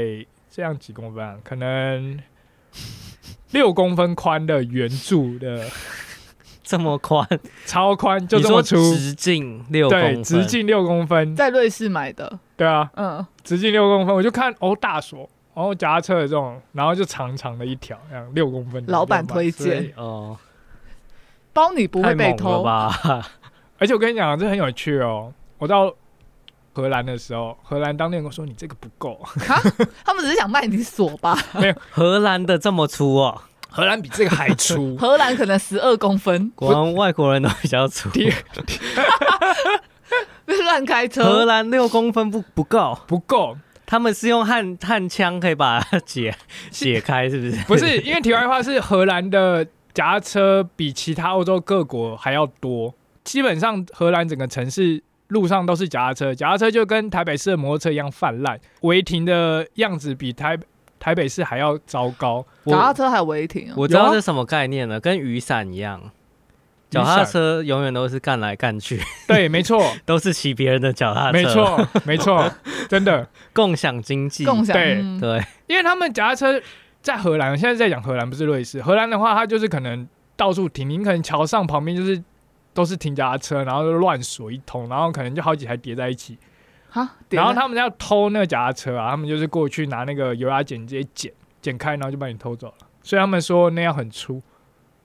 [SPEAKER 2] 这样几公分、啊，可能 六公分宽的圆柱的，
[SPEAKER 3] 这么宽，
[SPEAKER 2] 超宽，就这么
[SPEAKER 3] 你
[SPEAKER 2] 粗，
[SPEAKER 3] 说直径六公
[SPEAKER 2] 对，
[SPEAKER 3] 分，
[SPEAKER 2] 直径六公分，
[SPEAKER 1] 在瑞士买的，
[SPEAKER 2] 对啊，
[SPEAKER 1] 嗯，
[SPEAKER 2] 直径六公分，我就看哦大锁，然后脚踏车的这种，然后就长长的一条，这样六公分的。
[SPEAKER 1] 老板
[SPEAKER 2] 6公分
[SPEAKER 1] 推
[SPEAKER 2] 所以
[SPEAKER 1] 荐
[SPEAKER 3] 哦，
[SPEAKER 1] 包你不
[SPEAKER 3] 太
[SPEAKER 1] 会被
[SPEAKER 3] 猛了
[SPEAKER 1] 偷。
[SPEAKER 3] 吧？
[SPEAKER 2] 而且我跟你讲，这很有趣哦。我到荷兰的时候，荷兰当地人跟我说你这个不够，
[SPEAKER 1] 他们只是想卖你锁 吧？。
[SPEAKER 3] 荷兰的这么粗哦，
[SPEAKER 2] 荷兰比这个还粗
[SPEAKER 1] 荷兰可能十二公分，
[SPEAKER 3] 果然外国人都比较粗。
[SPEAKER 2] 第
[SPEAKER 1] 别乱开
[SPEAKER 3] 荷
[SPEAKER 1] 车。
[SPEAKER 3] 兰六公分不不够，
[SPEAKER 2] 不够，
[SPEAKER 3] 他们是用焊焊枪可以把它解解开，是不是？
[SPEAKER 2] 不是因为题外话是荷兰的脚踏车比其他欧洲各国还要多，基本上荷兰整个城市路上都是脚踏车，脚踏车就跟台北市的摩托车一样泛滥，违停的样子比台台北市还要糟糕。
[SPEAKER 1] 脚踏
[SPEAKER 3] 我
[SPEAKER 1] 车还有违停哦，
[SPEAKER 3] 我知道
[SPEAKER 2] 有啊
[SPEAKER 3] 这什么概念了，跟雨伞一样，脚踏
[SPEAKER 2] 雨伞
[SPEAKER 3] 车永远都是干来干去，
[SPEAKER 2] 对，没错，
[SPEAKER 3] 都是骑别人的脚踏车，
[SPEAKER 2] 没，错，没错， 真的，
[SPEAKER 3] 共享经济，
[SPEAKER 1] 共享
[SPEAKER 2] 对
[SPEAKER 1] 嗯
[SPEAKER 3] 对，
[SPEAKER 2] 因为他们脚踏车在荷兰，现在在讲荷兰，不是瑞士。荷兰的话，它就是可能到处停，你可能桥上旁边就是都是停脚踏车，然后就乱锁一通，然后可能就好几台叠在一起。
[SPEAKER 1] 哈，
[SPEAKER 2] 然后他们要偷那个脚踏车啊，他们就是过去拿那个油压剪直接剪剪开，然后就把你偷走了。所以他们说那样很粗，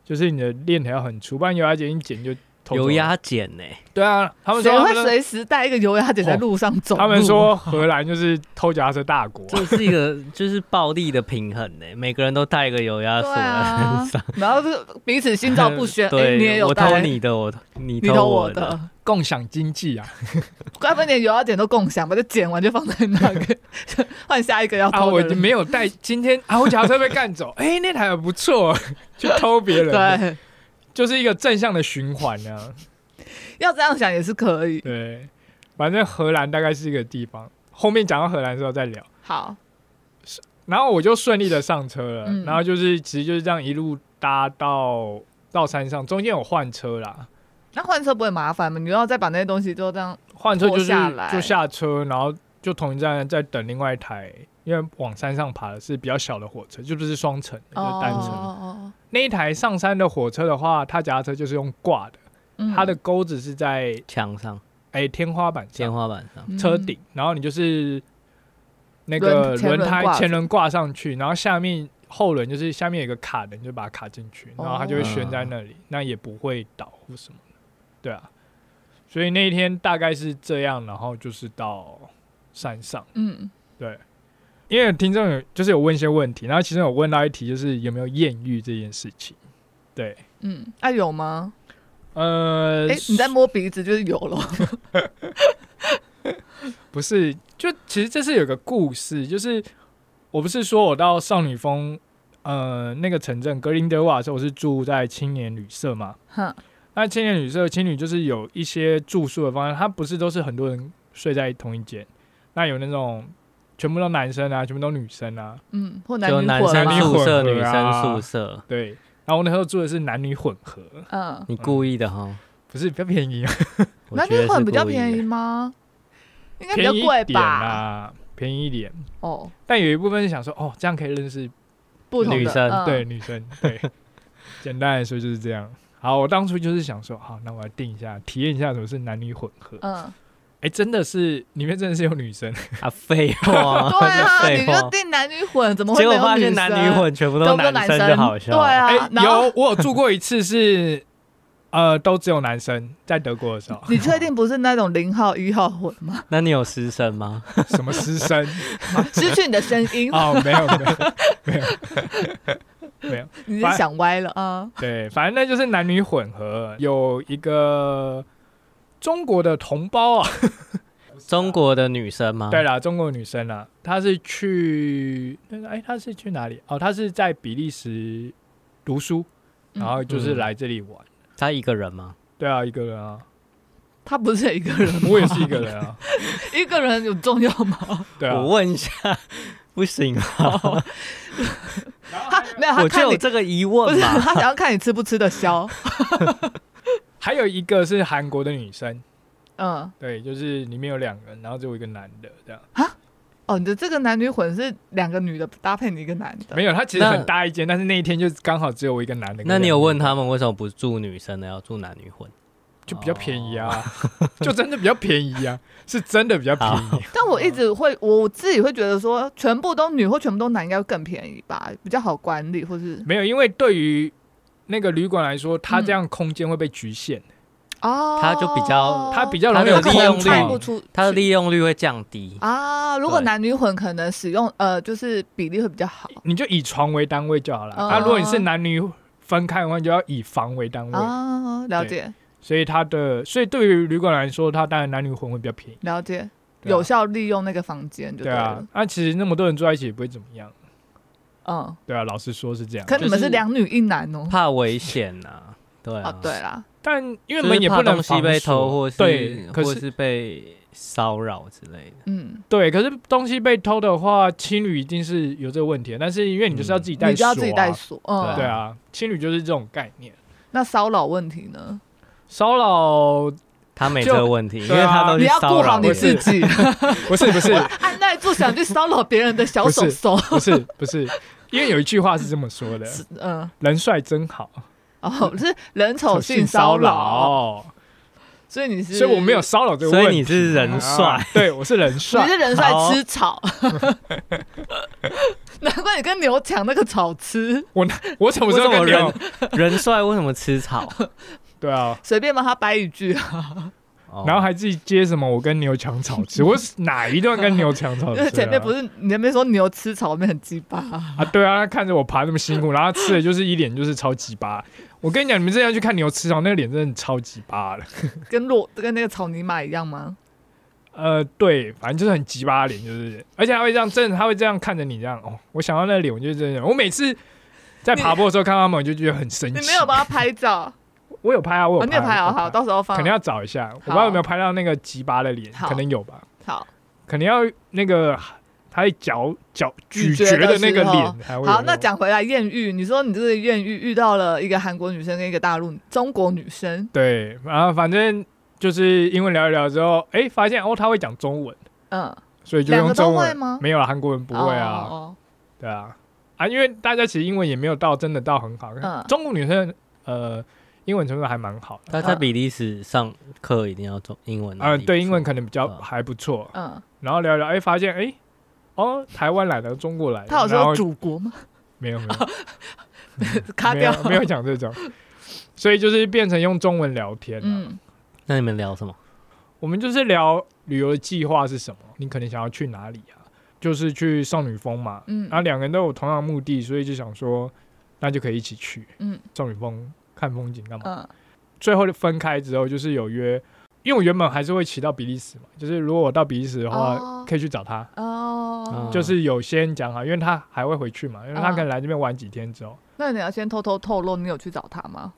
[SPEAKER 2] 就是你的链条要很粗，不然油压剪一剪就偷走了
[SPEAKER 3] 油压剪呢、
[SPEAKER 2] 对啊，他们说
[SPEAKER 1] 谁
[SPEAKER 2] 他
[SPEAKER 1] 会
[SPEAKER 2] 们
[SPEAKER 1] 随时带一个油压剪在路上走路？
[SPEAKER 2] 他们说荷兰就是偷脚踏车大国啊、
[SPEAKER 3] 这是一个就是暴力的平衡呢、每个人都带一个油压锁
[SPEAKER 1] 对
[SPEAKER 3] 在
[SPEAKER 1] 啊
[SPEAKER 3] 身上，
[SPEAKER 1] 然后就是彼此心照不 宣，哎，
[SPEAKER 3] 对，
[SPEAKER 1] 你也有
[SPEAKER 3] 我
[SPEAKER 1] 带
[SPEAKER 3] 偷，你的，我你
[SPEAKER 1] 你偷
[SPEAKER 3] 我
[SPEAKER 1] 我，的，
[SPEAKER 2] 共享经济啊。
[SPEAKER 1] 该不会连油压剪都共享吧？就剪完就放在那个，换下一个要
[SPEAKER 2] 啊，
[SPEAKER 1] 偷
[SPEAKER 2] 我
[SPEAKER 1] 的人。
[SPEAKER 2] 没有带，今天啊，我脚踏车被干 走，哎、那台不错，去偷别人，，
[SPEAKER 1] 对，
[SPEAKER 2] 就是一个正向的循环 啊。
[SPEAKER 1] 要这样想也是可以。
[SPEAKER 2] 对，反正荷兰大概是一个地方，后面讲到荷兰的时候再聊。
[SPEAKER 1] 好，
[SPEAKER 2] 然后我就顺利的上车了，
[SPEAKER 1] 嗯
[SPEAKER 2] 然后就是其实就是这样一路搭到到山上，中间有换车啦，
[SPEAKER 1] 那换车不会麻烦吗？你又要再把那些东西都这样，
[SPEAKER 2] 换车就是
[SPEAKER 1] 拖下来
[SPEAKER 2] 就下车，然后就同一站再等另外一台，因为往山上爬的是比较小的火车，就不是双层的，就是单层。
[SPEAKER 1] 哦哦
[SPEAKER 2] 那一台上山的火车的话，它脚踏车就是用挂的，
[SPEAKER 1] 哦
[SPEAKER 2] 它的钩子是在
[SPEAKER 3] 墙上、
[SPEAKER 2] 哎、天花板
[SPEAKER 3] 天
[SPEAKER 2] 上、
[SPEAKER 3] 花板上，
[SPEAKER 2] 车顶，然后你就是那个
[SPEAKER 1] 嗯轮前轮
[SPEAKER 2] 轮胎
[SPEAKER 1] 挂着
[SPEAKER 2] 前轮挂上去，然后下面后轮就是下面有一个卡的，你就把它卡进去，
[SPEAKER 1] 哦
[SPEAKER 2] 然后它就会悬在那里，那也不会倒或什么的，对啊。所以那一天大概是这样，然后就是到山上，
[SPEAKER 1] 嗯。嗯
[SPEAKER 2] 因为听众有就是有问一些问题，然后其中有问到一题就是有没有艳遇这件事情，对，
[SPEAKER 1] 嗯，啊有吗？
[SPEAKER 2] 呃，
[SPEAKER 1] 哎、你在摸鼻子就是有了。
[SPEAKER 2] 不是，就其实这是有个故事，就是我不是说我到少女峰，呃，那个城镇格林德瓦的时候，我是住在青年旅社嘛。
[SPEAKER 1] 哼，
[SPEAKER 2] 那青年旅社青旅就是有一些住宿的方案，它不是都是很多人睡在同一间，那有那种全部都男生啊，全部都女生啊，
[SPEAKER 1] 嗯，或男
[SPEAKER 3] 就
[SPEAKER 1] 女
[SPEAKER 3] 男
[SPEAKER 1] 混
[SPEAKER 2] 男女
[SPEAKER 3] 生
[SPEAKER 1] 嘛，
[SPEAKER 3] 宿舍、
[SPEAKER 2] 混
[SPEAKER 3] 女
[SPEAKER 2] 合
[SPEAKER 3] 生
[SPEAKER 2] 啊
[SPEAKER 3] 宿舍，
[SPEAKER 2] 对。然后我那时候住的是男女混合，
[SPEAKER 1] 嗯，
[SPEAKER 3] 你故意的哈？
[SPEAKER 2] 不是比较便宜啊，
[SPEAKER 3] 我
[SPEAKER 1] 男
[SPEAKER 3] 觉
[SPEAKER 1] 女
[SPEAKER 3] 得是
[SPEAKER 1] 混比较
[SPEAKER 3] 故意
[SPEAKER 1] 便宜
[SPEAKER 3] 的，
[SPEAKER 1] 吗？应该比
[SPEAKER 2] 便
[SPEAKER 1] 较
[SPEAKER 2] 宜
[SPEAKER 1] 贵
[SPEAKER 2] 一点
[SPEAKER 1] 吧？
[SPEAKER 2] 啊，便宜一点。
[SPEAKER 1] 哦，
[SPEAKER 2] 但有一部分是想说，哦，这样可以认识
[SPEAKER 1] 不同的
[SPEAKER 3] 女生
[SPEAKER 1] 嗯
[SPEAKER 2] 对女生，对， 简单来说就是这样。好，我当初就是想说，好，那我要定一下，体验一下什么是男女混合。
[SPEAKER 1] 嗯，
[SPEAKER 2] 哎、真的是里面真的是有女生，
[SPEAKER 3] 啊，废话，
[SPEAKER 1] 对啊，
[SPEAKER 3] 废
[SPEAKER 1] 你就
[SPEAKER 3] 话。
[SPEAKER 1] 定男女混，怎么会
[SPEAKER 3] 结
[SPEAKER 1] 没
[SPEAKER 3] 果
[SPEAKER 1] 有
[SPEAKER 3] 发
[SPEAKER 1] 生
[SPEAKER 3] 现男女混全部都
[SPEAKER 1] 都
[SPEAKER 3] 是
[SPEAKER 1] 不是
[SPEAKER 3] 男
[SPEAKER 1] 生
[SPEAKER 3] 就好笑。
[SPEAKER 1] 对啊，
[SPEAKER 2] 哎、
[SPEAKER 1] 然后
[SPEAKER 2] 有我有住过一次是，呃，都只有男生，在德国的时候
[SPEAKER 1] ，你确定不是那种零号、一号混 吗？
[SPEAKER 3] 那你有失声吗？
[SPEAKER 2] 什么师生
[SPEAKER 1] 失去你的声音，
[SPEAKER 3] 啊
[SPEAKER 2] 哦，没有没有没有没有，
[SPEAKER 1] 你是想歪了啊？
[SPEAKER 2] 对，反正那就是男女混合，有一个中国的同胞啊，
[SPEAKER 3] 中国的女生吗？
[SPEAKER 2] 对啊啦，中国女生啦，她是去，哎，她是去哪里？哦，她是在比利时读书，
[SPEAKER 1] 嗯
[SPEAKER 2] 然后就是来这里玩。
[SPEAKER 3] 她一个人吗？
[SPEAKER 2] 对啊，一个人啊，
[SPEAKER 1] 他不是一个人，
[SPEAKER 2] 我也是一个人 啊，
[SPEAKER 1] 一个人有重要吗？
[SPEAKER 2] 对啊
[SPEAKER 3] 我，问一下，不行啊，
[SPEAKER 1] 他没有，
[SPEAKER 2] 啊
[SPEAKER 1] 他
[SPEAKER 3] 我就
[SPEAKER 1] 看
[SPEAKER 3] 有
[SPEAKER 1] 你
[SPEAKER 3] 这个疑
[SPEAKER 1] 不
[SPEAKER 3] 问
[SPEAKER 1] 是
[SPEAKER 3] 嘛。
[SPEAKER 1] 他想要看你吃不吃得 消。
[SPEAKER 2] 还有一个是韩国的女生，
[SPEAKER 1] 嗯，
[SPEAKER 2] 对，就是里面有两个人，然后只有一个男的这样，
[SPEAKER 1] 哦，你的这个男女混是两个女的搭配你一个男的，
[SPEAKER 2] 没有，他其实
[SPEAKER 3] 那
[SPEAKER 2] 很大一间，但是那一天就刚好只有我一个男的。
[SPEAKER 3] 那你有问他
[SPEAKER 2] 吗？
[SPEAKER 3] 们为什么不住女生的，要住男女混？
[SPEAKER 2] 就比较便宜啊，
[SPEAKER 3] 哦
[SPEAKER 2] 就真的比较便宜啊，是真的比较便宜。
[SPEAKER 1] 但我一直会我自己会觉得说，全部都女或全部都男应该会更便宜吧，比较好管理，或是
[SPEAKER 2] 没有，因为对于那个旅馆来说，它
[SPEAKER 3] 嗯
[SPEAKER 2] 这样空间会被局限，
[SPEAKER 1] 哦，
[SPEAKER 3] 他就比较
[SPEAKER 2] 它比较容易
[SPEAKER 1] 他
[SPEAKER 2] 有
[SPEAKER 1] 可
[SPEAKER 2] 利
[SPEAKER 1] 能
[SPEAKER 2] 用
[SPEAKER 1] 看
[SPEAKER 2] 率
[SPEAKER 1] 不。出
[SPEAKER 3] 它的利用率会降低。
[SPEAKER 1] 啊，如果
[SPEAKER 3] 对
[SPEAKER 1] 男女混可能使用呃就是比例会比较好
[SPEAKER 2] 你就以床为单位就好了。
[SPEAKER 1] 哦
[SPEAKER 2] 啊，如果你是男女分开的话，你就要以房为单位。
[SPEAKER 1] 啊，了解
[SPEAKER 2] 所以它的，所以对于旅馆来说，它当然男女混会比较便宜，
[SPEAKER 1] 了解，
[SPEAKER 2] 对啊
[SPEAKER 1] 有效利用那个房间就
[SPEAKER 2] 对
[SPEAKER 1] 了
[SPEAKER 2] 啊。，那、其实那么多人住在一起也不会怎么样，
[SPEAKER 1] 嗯，
[SPEAKER 2] 对啊。老实说是这样，
[SPEAKER 1] 可你们
[SPEAKER 3] 就是
[SPEAKER 1] 是两女一男哦。
[SPEAKER 3] 怕危险呐、啊，对啊，
[SPEAKER 1] 哦，对啦，
[SPEAKER 2] 但因为
[SPEAKER 3] 就是
[SPEAKER 2] 门也
[SPEAKER 3] 怕
[SPEAKER 2] 不能
[SPEAKER 3] 东西被偷，或是
[SPEAKER 2] 对，可
[SPEAKER 3] 或
[SPEAKER 2] 是
[SPEAKER 3] 是被骚扰之类的。
[SPEAKER 1] 嗯，
[SPEAKER 2] 对，可是东西被偷的话，青旅一定是有这个问题，但是因为你就是
[SPEAKER 3] 嗯
[SPEAKER 2] 要自己带、锁啊
[SPEAKER 1] 你就要自己带锁，嗯，
[SPEAKER 2] 对啊，青旅就是这种概念。
[SPEAKER 1] 那骚扰问题呢？
[SPEAKER 2] 骚扰
[SPEAKER 3] 他没这个问题，因
[SPEAKER 2] 对啊
[SPEAKER 3] 为他都
[SPEAKER 1] 你
[SPEAKER 3] 去
[SPEAKER 1] 要
[SPEAKER 3] 哦骚
[SPEAKER 1] 顾
[SPEAKER 3] 扰
[SPEAKER 1] 好你
[SPEAKER 3] 人
[SPEAKER 1] 自己，
[SPEAKER 2] 不是不是
[SPEAKER 1] 按耐住想去骚扰别人的小手手，
[SPEAKER 2] 不是不是，因为有一句话是这么说的：
[SPEAKER 1] 嗯，
[SPEAKER 2] 人帅真好，
[SPEAKER 1] 哦，是人丑
[SPEAKER 2] 性
[SPEAKER 1] 性骚扰，
[SPEAKER 2] 扰。
[SPEAKER 1] 所以你是，
[SPEAKER 2] 所以我没有，骚扰这个
[SPEAKER 3] 所
[SPEAKER 2] 问题，
[SPEAKER 3] 以你是人帅
[SPEAKER 2] 啊，对我是人
[SPEAKER 1] 你
[SPEAKER 2] 帅，
[SPEAKER 1] 是人帅
[SPEAKER 3] 好
[SPEAKER 1] 吃 草，难怪你跟牛抢那个草吃，
[SPEAKER 2] 我什么时候跟
[SPEAKER 3] 为什么
[SPEAKER 2] 你
[SPEAKER 3] 人
[SPEAKER 2] 有？
[SPEAKER 3] 人帅为什么吃草？
[SPEAKER 2] 对啊，
[SPEAKER 1] 随便帮他掰一句啊，
[SPEAKER 3] 哦
[SPEAKER 2] 然后还自己接什么我跟牛抢草吃，我是哪一段跟牛抢草
[SPEAKER 1] 因
[SPEAKER 2] 吃
[SPEAKER 1] 为
[SPEAKER 2] 啊？
[SPEAKER 1] 呃前面不是你前面说牛吃草，面很鸡巴，
[SPEAKER 2] 啊，对啊，他看着我爬那么辛苦，然后他吃的就是一脸就是超级巴。我跟你讲，你们真的要去看牛吃草，那个脸真的超级巴的。
[SPEAKER 1] 跟落跟那个草泥马一样吗？
[SPEAKER 2] 呃，对，反正就是很鸡巴的脸，就是，而且他会这样，真的他会这样看着你这样。哦，我想到那个脸，我就真的，我每次在爬坡的时候看到他们，我就觉得很生
[SPEAKER 1] 你
[SPEAKER 2] 气。
[SPEAKER 1] 没有帮他拍照，
[SPEAKER 2] 我有拍啊， 我
[SPEAKER 1] 哦，
[SPEAKER 2] 有
[SPEAKER 1] 你有拍
[SPEAKER 2] 啊，
[SPEAKER 1] 好
[SPEAKER 2] 我
[SPEAKER 1] 好，到时候放
[SPEAKER 2] 肯定要找一下，我不知道有没有拍到那个鸡巴的脸，
[SPEAKER 1] 好
[SPEAKER 2] 可能有吧，
[SPEAKER 1] 好。
[SPEAKER 2] 可能要那个他在嚼嚼
[SPEAKER 1] 咀
[SPEAKER 2] 咀
[SPEAKER 1] 嚼
[SPEAKER 2] 嚼
[SPEAKER 1] 的
[SPEAKER 2] 的那
[SPEAKER 1] 时
[SPEAKER 2] 个
[SPEAKER 1] 候
[SPEAKER 2] 脸才会有
[SPEAKER 1] 好，那
[SPEAKER 2] 种
[SPEAKER 1] 讲回来艳遇，你说你这个艳遇遇到了一个韩国女生跟一个大陆中国女生，
[SPEAKER 2] 对，然后反正就是英文聊一聊之后，哎，发现哦他会讲中文，
[SPEAKER 1] 嗯，
[SPEAKER 2] 所以就
[SPEAKER 1] 两
[SPEAKER 2] 用
[SPEAKER 1] 个都
[SPEAKER 2] 中
[SPEAKER 1] 会
[SPEAKER 2] 文。
[SPEAKER 1] 吗？
[SPEAKER 2] 没有啦，韩国人不会啊。
[SPEAKER 1] 哦
[SPEAKER 2] 对啊，啊，因为大家其实英文也没有到真的到很好，
[SPEAKER 1] 嗯
[SPEAKER 2] 中国女生呃英文程度还蛮好的，
[SPEAKER 3] 他在比利时上课一定要中英文
[SPEAKER 2] 嗯、
[SPEAKER 3] 啊能力不错。
[SPEAKER 2] 对英文可能比较
[SPEAKER 3] 嗯
[SPEAKER 2] 还不错，
[SPEAKER 1] 哦哦
[SPEAKER 2] 然后聊一聊，哎、发现哎、哦，台湾来的，中国来
[SPEAKER 1] 嗯，
[SPEAKER 2] 的，
[SPEAKER 1] 她有
[SPEAKER 2] 然后
[SPEAKER 1] 说祖国吗？
[SPEAKER 2] 没有没有
[SPEAKER 1] 卡
[SPEAKER 2] 没有
[SPEAKER 1] 掉，
[SPEAKER 2] 没有讲这种，所以就是变成用中文聊天、啊，
[SPEAKER 1] 嗯，
[SPEAKER 3] 那你们聊什么？
[SPEAKER 2] 我们就是聊旅游的计划是什么，你可能想要去哪里啊？就是去少女峰嘛，
[SPEAKER 1] 嗯
[SPEAKER 2] 然后两个人都有同样的目的，所以就想说，那就可以一起去，
[SPEAKER 1] 嗯，
[SPEAKER 2] 少女峰看风景干嘛？
[SPEAKER 1] 嗯
[SPEAKER 2] 最后分开之后，就是有约，因为我原本还是会骑到比利时嘛，就是如果我到比利时的话，
[SPEAKER 1] 哦
[SPEAKER 2] 可以去找他，
[SPEAKER 1] 哦
[SPEAKER 3] 嗯，
[SPEAKER 2] 就是有先讲啊好，因为他还会回去嘛，因为他可能来这边玩几天之后，
[SPEAKER 1] 那你要先偷偷透露你有去找她吗？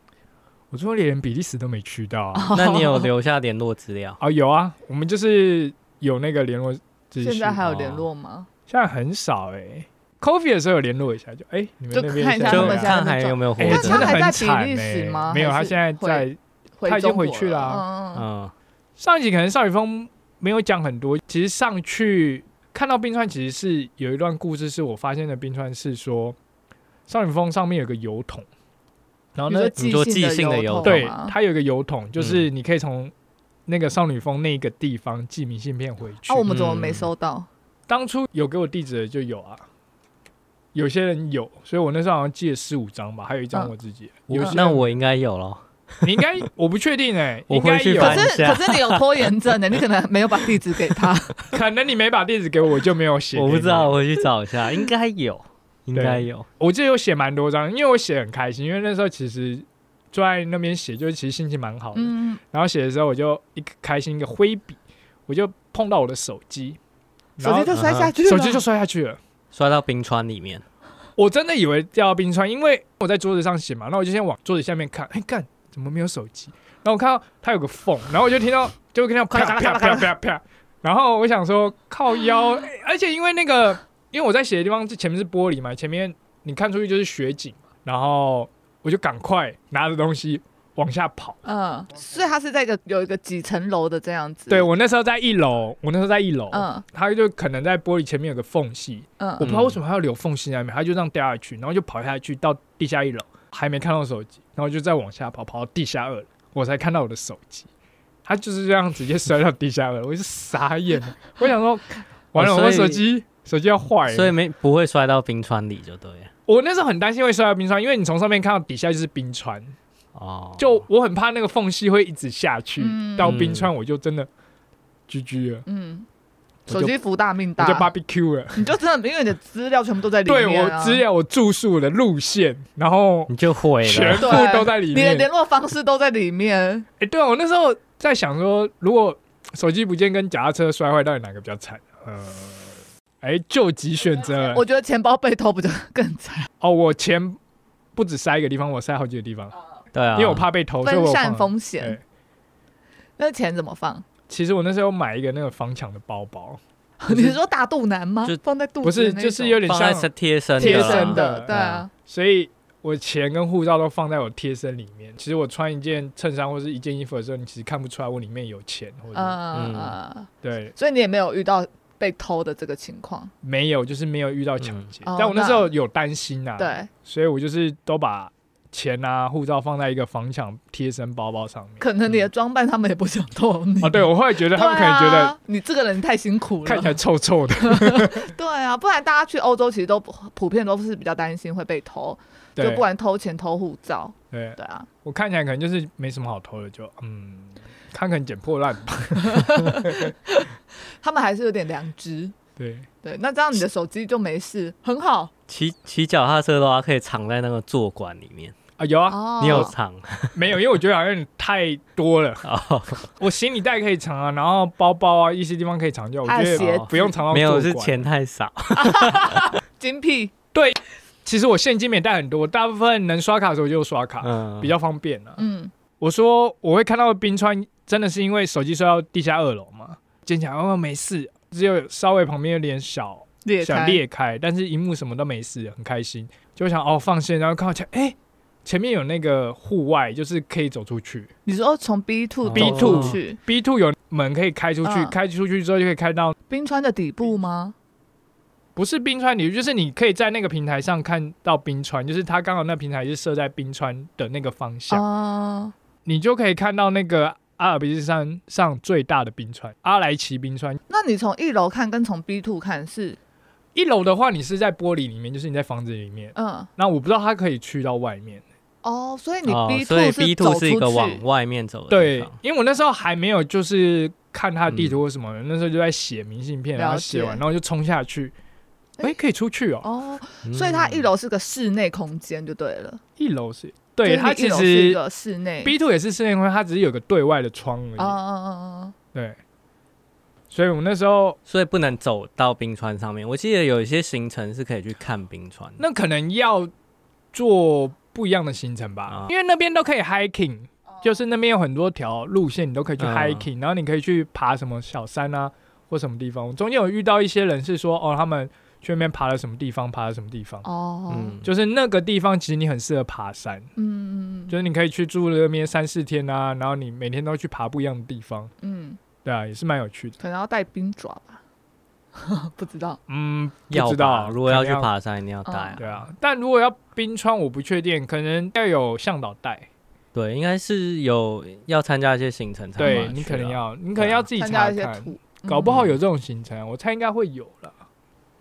[SPEAKER 2] 我最后连比利时都没
[SPEAKER 1] 哦
[SPEAKER 2] 去到 啊，
[SPEAKER 3] 那你有留下联络资料？
[SPEAKER 2] 啊有啊，我们就是有那个联络秩序
[SPEAKER 1] 现在还有联络吗？
[SPEAKER 2] 现在很少哎、Coffee 的时候有联络一下，就哎、你们
[SPEAKER 1] 就
[SPEAKER 2] 那边
[SPEAKER 1] 看一下
[SPEAKER 2] 现
[SPEAKER 3] 就
[SPEAKER 1] 他
[SPEAKER 2] 在
[SPEAKER 1] 们现
[SPEAKER 2] 啊
[SPEAKER 1] 在
[SPEAKER 3] 看还有没有活
[SPEAKER 2] 哎、
[SPEAKER 1] 那
[SPEAKER 3] 着。
[SPEAKER 2] 真的
[SPEAKER 1] 他还在
[SPEAKER 2] 很
[SPEAKER 1] 比
[SPEAKER 2] 惨
[SPEAKER 1] 利
[SPEAKER 2] 哎、
[SPEAKER 1] 时吗
[SPEAKER 2] 没有，
[SPEAKER 1] 还
[SPEAKER 2] 他
[SPEAKER 1] 是
[SPEAKER 2] 现在
[SPEAKER 1] 回
[SPEAKER 2] 在
[SPEAKER 1] 回中国
[SPEAKER 2] 他已经回去了啊
[SPEAKER 1] 嗯嗯嗯，
[SPEAKER 3] 嗯，
[SPEAKER 2] 上一集可能邵雨峰没有讲很多，其实上去看到冰川，其实是有一段故事，是我发现的冰川是说，邵雨峰上面有个油桶，然后
[SPEAKER 1] 你
[SPEAKER 2] 呢
[SPEAKER 1] 说，
[SPEAKER 3] 哦你说
[SPEAKER 1] 寄
[SPEAKER 3] 寄信的
[SPEAKER 1] 的
[SPEAKER 3] 邮筒
[SPEAKER 1] 筒
[SPEAKER 2] 对
[SPEAKER 1] 吗，
[SPEAKER 2] 它有一个油桶，就是你可以从那个少女峰那个地方寄明信片回去。
[SPEAKER 1] 啊，我们怎么
[SPEAKER 3] 嗯
[SPEAKER 1] 没收 到？
[SPEAKER 2] 当初有给我地址的就有啊，有些人有，所以我那时候好像寄了十五张吧，还有一张
[SPEAKER 1] 嗯
[SPEAKER 2] 我自己的。有
[SPEAKER 3] 我
[SPEAKER 2] 些
[SPEAKER 3] 那我应该有了。
[SPEAKER 2] 你应该我不确定哎、
[SPEAKER 3] 我
[SPEAKER 2] 应该
[SPEAKER 3] 回去
[SPEAKER 2] 有，
[SPEAKER 3] 翻
[SPEAKER 1] 可
[SPEAKER 3] 一
[SPEAKER 1] 是
[SPEAKER 3] 下
[SPEAKER 1] 可是你有拖延症欸的，你可能没有把地址给 他。
[SPEAKER 2] 可能你没把地址给我，我就没有写。
[SPEAKER 3] 我不知道，，我回去找一下，应该有，应
[SPEAKER 2] 对
[SPEAKER 3] 该有。
[SPEAKER 2] 我记得有写蛮多张，因为我写很开心，因为那时候其实坐在那边写，就是其实心情蛮好的。
[SPEAKER 1] 嗯，
[SPEAKER 2] 然后写的时候我就一个开心一个挥笔，我就碰到我的手机，然
[SPEAKER 1] 手
[SPEAKER 2] 后
[SPEAKER 1] 机就摔下去了，
[SPEAKER 2] 手机就摔下去了。
[SPEAKER 3] 摔到冰川里面，
[SPEAKER 2] 我真的以为掉到冰川，因为我在桌子上写嘛，那我就先往桌子下面看，哎、干，怎么没有手机？然后我看到它有个缝，然后我就听到，就听到啪啪啪啪啪啪，然后我想说靠腰，哎而且因为那个，因为我在写的地方是前面是玻璃嘛，前面你看出去就是雪景嘛，然后我就赶快拿着东西往下跑。
[SPEAKER 1] 嗯，所以它是在一个有一个几层楼的这样子。
[SPEAKER 2] 对我那时候在一楼，我那时候在一楼，
[SPEAKER 1] 嗯
[SPEAKER 2] 它就可能在玻璃前面有个缝隙，我
[SPEAKER 1] 嗯
[SPEAKER 2] 不知道为什么还要留缝隙在那边，他就这样掉下去，然后就跑下去到地下一楼，还没看到手机，然后就再往下跑，跑到地下二楼，我才看到我的手机。他就是这样直接摔到地下二楼，我就傻眼 了。我想说，完了，
[SPEAKER 3] 哦
[SPEAKER 2] 我
[SPEAKER 3] 所以
[SPEAKER 2] 的手机手机要坏
[SPEAKER 3] 所以
[SPEAKER 2] 了。
[SPEAKER 3] 没不会摔到冰川里就对了。
[SPEAKER 2] 我那时候很担心会摔到冰川，因为你从上面看到底下就是冰川，
[SPEAKER 3] 哦，
[SPEAKER 2] 就我很怕那个缝隙会一直下去
[SPEAKER 1] 嗯
[SPEAKER 2] 到冰川，我就真的 GG 了，
[SPEAKER 1] 嗯，
[SPEAKER 2] 我就
[SPEAKER 1] 手机福大命
[SPEAKER 2] 我
[SPEAKER 1] 大
[SPEAKER 2] 就，BBQ 了。
[SPEAKER 1] 你就真的因为你的资料全部都在里
[SPEAKER 2] 对
[SPEAKER 1] 面
[SPEAKER 2] 我
[SPEAKER 1] 啊，
[SPEAKER 2] 资料、我住宿的路线，然后
[SPEAKER 3] 你就毁
[SPEAKER 2] 全
[SPEAKER 3] 了。
[SPEAKER 2] 部都在里
[SPEAKER 1] 啊你的
[SPEAKER 2] 面。
[SPEAKER 1] 联络方式都在里面。
[SPEAKER 2] 哎、对啊，我那时候在想说，如果手机不见跟脚踏车摔坏，到底哪个比较惨？呃，哎、救急选择
[SPEAKER 1] 我觉得钱包被偷不就 更惨？
[SPEAKER 2] 哦，我钱不止塞一个地方，我塞好几个地方，
[SPEAKER 3] 对啊，
[SPEAKER 2] 因为我怕被偷，所以
[SPEAKER 1] 分
[SPEAKER 2] 我
[SPEAKER 1] 散
[SPEAKER 2] 放。
[SPEAKER 1] 风
[SPEAKER 2] 对
[SPEAKER 1] 险，，那钱怎么放？
[SPEAKER 2] 其实我那时候买一个那个防抢的包包，
[SPEAKER 1] 你是说大肚腩吗
[SPEAKER 3] 就？
[SPEAKER 1] 放在肚子
[SPEAKER 2] 不是，
[SPEAKER 1] 那
[SPEAKER 2] 就
[SPEAKER 1] 种
[SPEAKER 2] 是有点
[SPEAKER 3] 放在身
[SPEAKER 2] 像
[SPEAKER 3] 贴身
[SPEAKER 2] 贴
[SPEAKER 3] 啊
[SPEAKER 2] 身的，
[SPEAKER 1] 对啊，
[SPEAKER 2] 所以我钱跟护照都放在我贴身里面。其实我穿一件衬衫或是一件衣服的时候，你其实看不出来我里面有钱，或
[SPEAKER 1] 嗯
[SPEAKER 2] 者、
[SPEAKER 1] 嗯
[SPEAKER 3] 嗯
[SPEAKER 1] 嗯，
[SPEAKER 2] 对，
[SPEAKER 1] 所以你也没有遇到被偷的这个情况，
[SPEAKER 2] 没有，就是没有遇到抢劫。
[SPEAKER 1] 嗯哦
[SPEAKER 2] 但我那时候有担心呐、啊，
[SPEAKER 1] 对。
[SPEAKER 2] 所以我就是都把钱啊、护照放在一个防抢贴身包包上 面。
[SPEAKER 1] 可能你的装扮他们也不想偷你。
[SPEAKER 2] 哦，对，我后来觉得
[SPEAKER 1] 对
[SPEAKER 2] 他们可能觉得
[SPEAKER 1] 啊、你这个人太辛苦
[SPEAKER 2] 看起
[SPEAKER 1] 了。
[SPEAKER 2] 来臭臭的，
[SPEAKER 1] 对啊，不然大家去欧洲其实都普遍都是比较担心会被偷，就
[SPEAKER 2] 对
[SPEAKER 1] 不管偷钱偷护照，
[SPEAKER 2] 对
[SPEAKER 1] 对啊。
[SPEAKER 2] 我看起来可能就是没什么好偷的，就嗯，看看捡破烂 吧。
[SPEAKER 1] 他们还是有点良知。
[SPEAKER 2] 对，
[SPEAKER 1] 对，那这样你的手机就没事，很好
[SPEAKER 3] 骑骑脚踏车的话，可以藏在那个坐管里面。
[SPEAKER 2] 啊有啊，
[SPEAKER 1] 哦。
[SPEAKER 3] 你有藏？
[SPEAKER 2] 没有，因为我觉得好像太多 了。
[SPEAKER 3] 哦，
[SPEAKER 2] 我行李袋可以藏啊，然后包包啊，一些地方可以藏掉，我
[SPEAKER 1] 还有
[SPEAKER 2] 觉
[SPEAKER 1] 鞋
[SPEAKER 2] 得
[SPEAKER 1] 子
[SPEAKER 2] 不用藏到
[SPEAKER 3] 没有，
[SPEAKER 2] 坐
[SPEAKER 3] 是
[SPEAKER 2] 馆
[SPEAKER 3] 钱太少。
[SPEAKER 1] 精辟？
[SPEAKER 2] 其实我现金没带很多，大部分能刷卡的时候就刷卡，
[SPEAKER 3] 嗯，
[SPEAKER 2] 啊比较方便啊。
[SPEAKER 1] 嗯，
[SPEAKER 2] 我说我会看到冰川，真的是因为手机摔到地下二楼嘛？捡起来哦，没事，只有稍微旁边有点小
[SPEAKER 1] 裂
[SPEAKER 2] 小
[SPEAKER 1] 开
[SPEAKER 2] 裂开，但是荧幕什么都没事，很开心。就想哦放线，然后看到前哎、前面有那个户外，就是可以走出去。
[SPEAKER 1] 你说从 B two
[SPEAKER 3] B
[SPEAKER 1] 出
[SPEAKER 3] two
[SPEAKER 1] 去
[SPEAKER 2] 哦 B two 有门可以开出去，
[SPEAKER 1] 嗯
[SPEAKER 2] 开出去之后就可以看到
[SPEAKER 1] 冰川的底部吗？
[SPEAKER 2] 不是冰川里，就是你可以在那个平台上看到冰川，就是它刚好那平台是设在冰川的那个方向。
[SPEAKER 1] 啊，
[SPEAKER 2] 你就可以看到那个阿尔卑斯山上最大的冰川——阿莱奇冰川。
[SPEAKER 1] 那你从一楼看跟从 B two 看是
[SPEAKER 2] 一楼的话，你是在玻璃里面，就是你在房子里面。
[SPEAKER 1] 嗯
[SPEAKER 2] 那我不知道它可以去到外面。
[SPEAKER 1] 哦，所以你
[SPEAKER 3] 哦
[SPEAKER 1] B
[SPEAKER 3] 所
[SPEAKER 1] two
[SPEAKER 3] 以
[SPEAKER 1] 是
[SPEAKER 3] B
[SPEAKER 1] 走
[SPEAKER 3] two
[SPEAKER 1] 出
[SPEAKER 3] 是
[SPEAKER 1] 去
[SPEAKER 3] 一个往外面走的地
[SPEAKER 2] 对
[SPEAKER 3] 方，
[SPEAKER 2] 因为我那时候还没有就是看它的地图或什么的，那时候就在写明信片，
[SPEAKER 1] 了解
[SPEAKER 2] 然后写完，然后就冲下去。哎、
[SPEAKER 1] 哎
[SPEAKER 2] 可以出去哦！
[SPEAKER 1] 哦，
[SPEAKER 3] 嗯
[SPEAKER 1] 所以它一楼是个室内空间就对了。
[SPEAKER 2] 一楼是，
[SPEAKER 1] 就是
[SPEAKER 2] 对它
[SPEAKER 1] 你一
[SPEAKER 2] 其
[SPEAKER 1] 楼是一
[SPEAKER 2] 实
[SPEAKER 1] 个室内。
[SPEAKER 2] B two 也是室内空，它只是有个对外的窗而已。
[SPEAKER 1] 啊啊啊啊！
[SPEAKER 2] 对，所以我那时候
[SPEAKER 3] 所以不能走到冰川上面。我记得有一些行程是可以去看冰川的。
[SPEAKER 2] 那可能要做不一样的行程吧，
[SPEAKER 3] 啊
[SPEAKER 2] 因为那边都可以 hiking，就是那边有很多条路线，你都可以去
[SPEAKER 3] 嗯
[SPEAKER 2] hiking，、然后你可以去爬什么小山啊，或什么地方。我中间有遇到一些人是说，哦，他们去那边爬了什么地方，爬了什么地方，
[SPEAKER 1] 哦，
[SPEAKER 3] 嗯，
[SPEAKER 2] 就是那个地方其实你很适合爬山，
[SPEAKER 1] 嗯嗯
[SPEAKER 2] 就是你可以去住那边三四天啊，然后你每天都去爬不一样的地方，
[SPEAKER 1] 嗯，
[SPEAKER 2] 对啊，也是蛮有趣的。
[SPEAKER 1] 可能要带冰爪吧， 不知道。
[SPEAKER 2] 嗯，
[SPEAKER 3] 要
[SPEAKER 2] 不知
[SPEAKER 3] 吧
[SPEAKER 2] 道，
[SPEAKER 3] 如果要
[SPEAKER 2] 可
[SPEAKER 3] 去
[SPEAKER 2] 能，
[SPEAKER 3] 爬山，一定要带啊。
[SPEAKER 2] 对啊，但如果要冰川，我不确定，可能要有向导带，
[SPEAKER 3] 对，应该是有要参加一些行程才有办
[SPEAKER 2] 对
[SPEAKER 3] 法
[SPEAKER 2] 你
[SPEAKER 3] 去
[SPEAKER 2] 可能
[SPEAKER 3] 啊
[SPEAKER 2] 要，你可能要自己
[SPEAKER 1] 参加
[SPEAKER 2] 查
[SPEAKER 1] 一些
[SPEAKER 2] 看，
[SPEAKER 1] 图，
[SPEAKER 2] 搞不
[SPEAKER 1] 嗯
[SPEAKER 2] 好有这种行程，我猜应该会有了。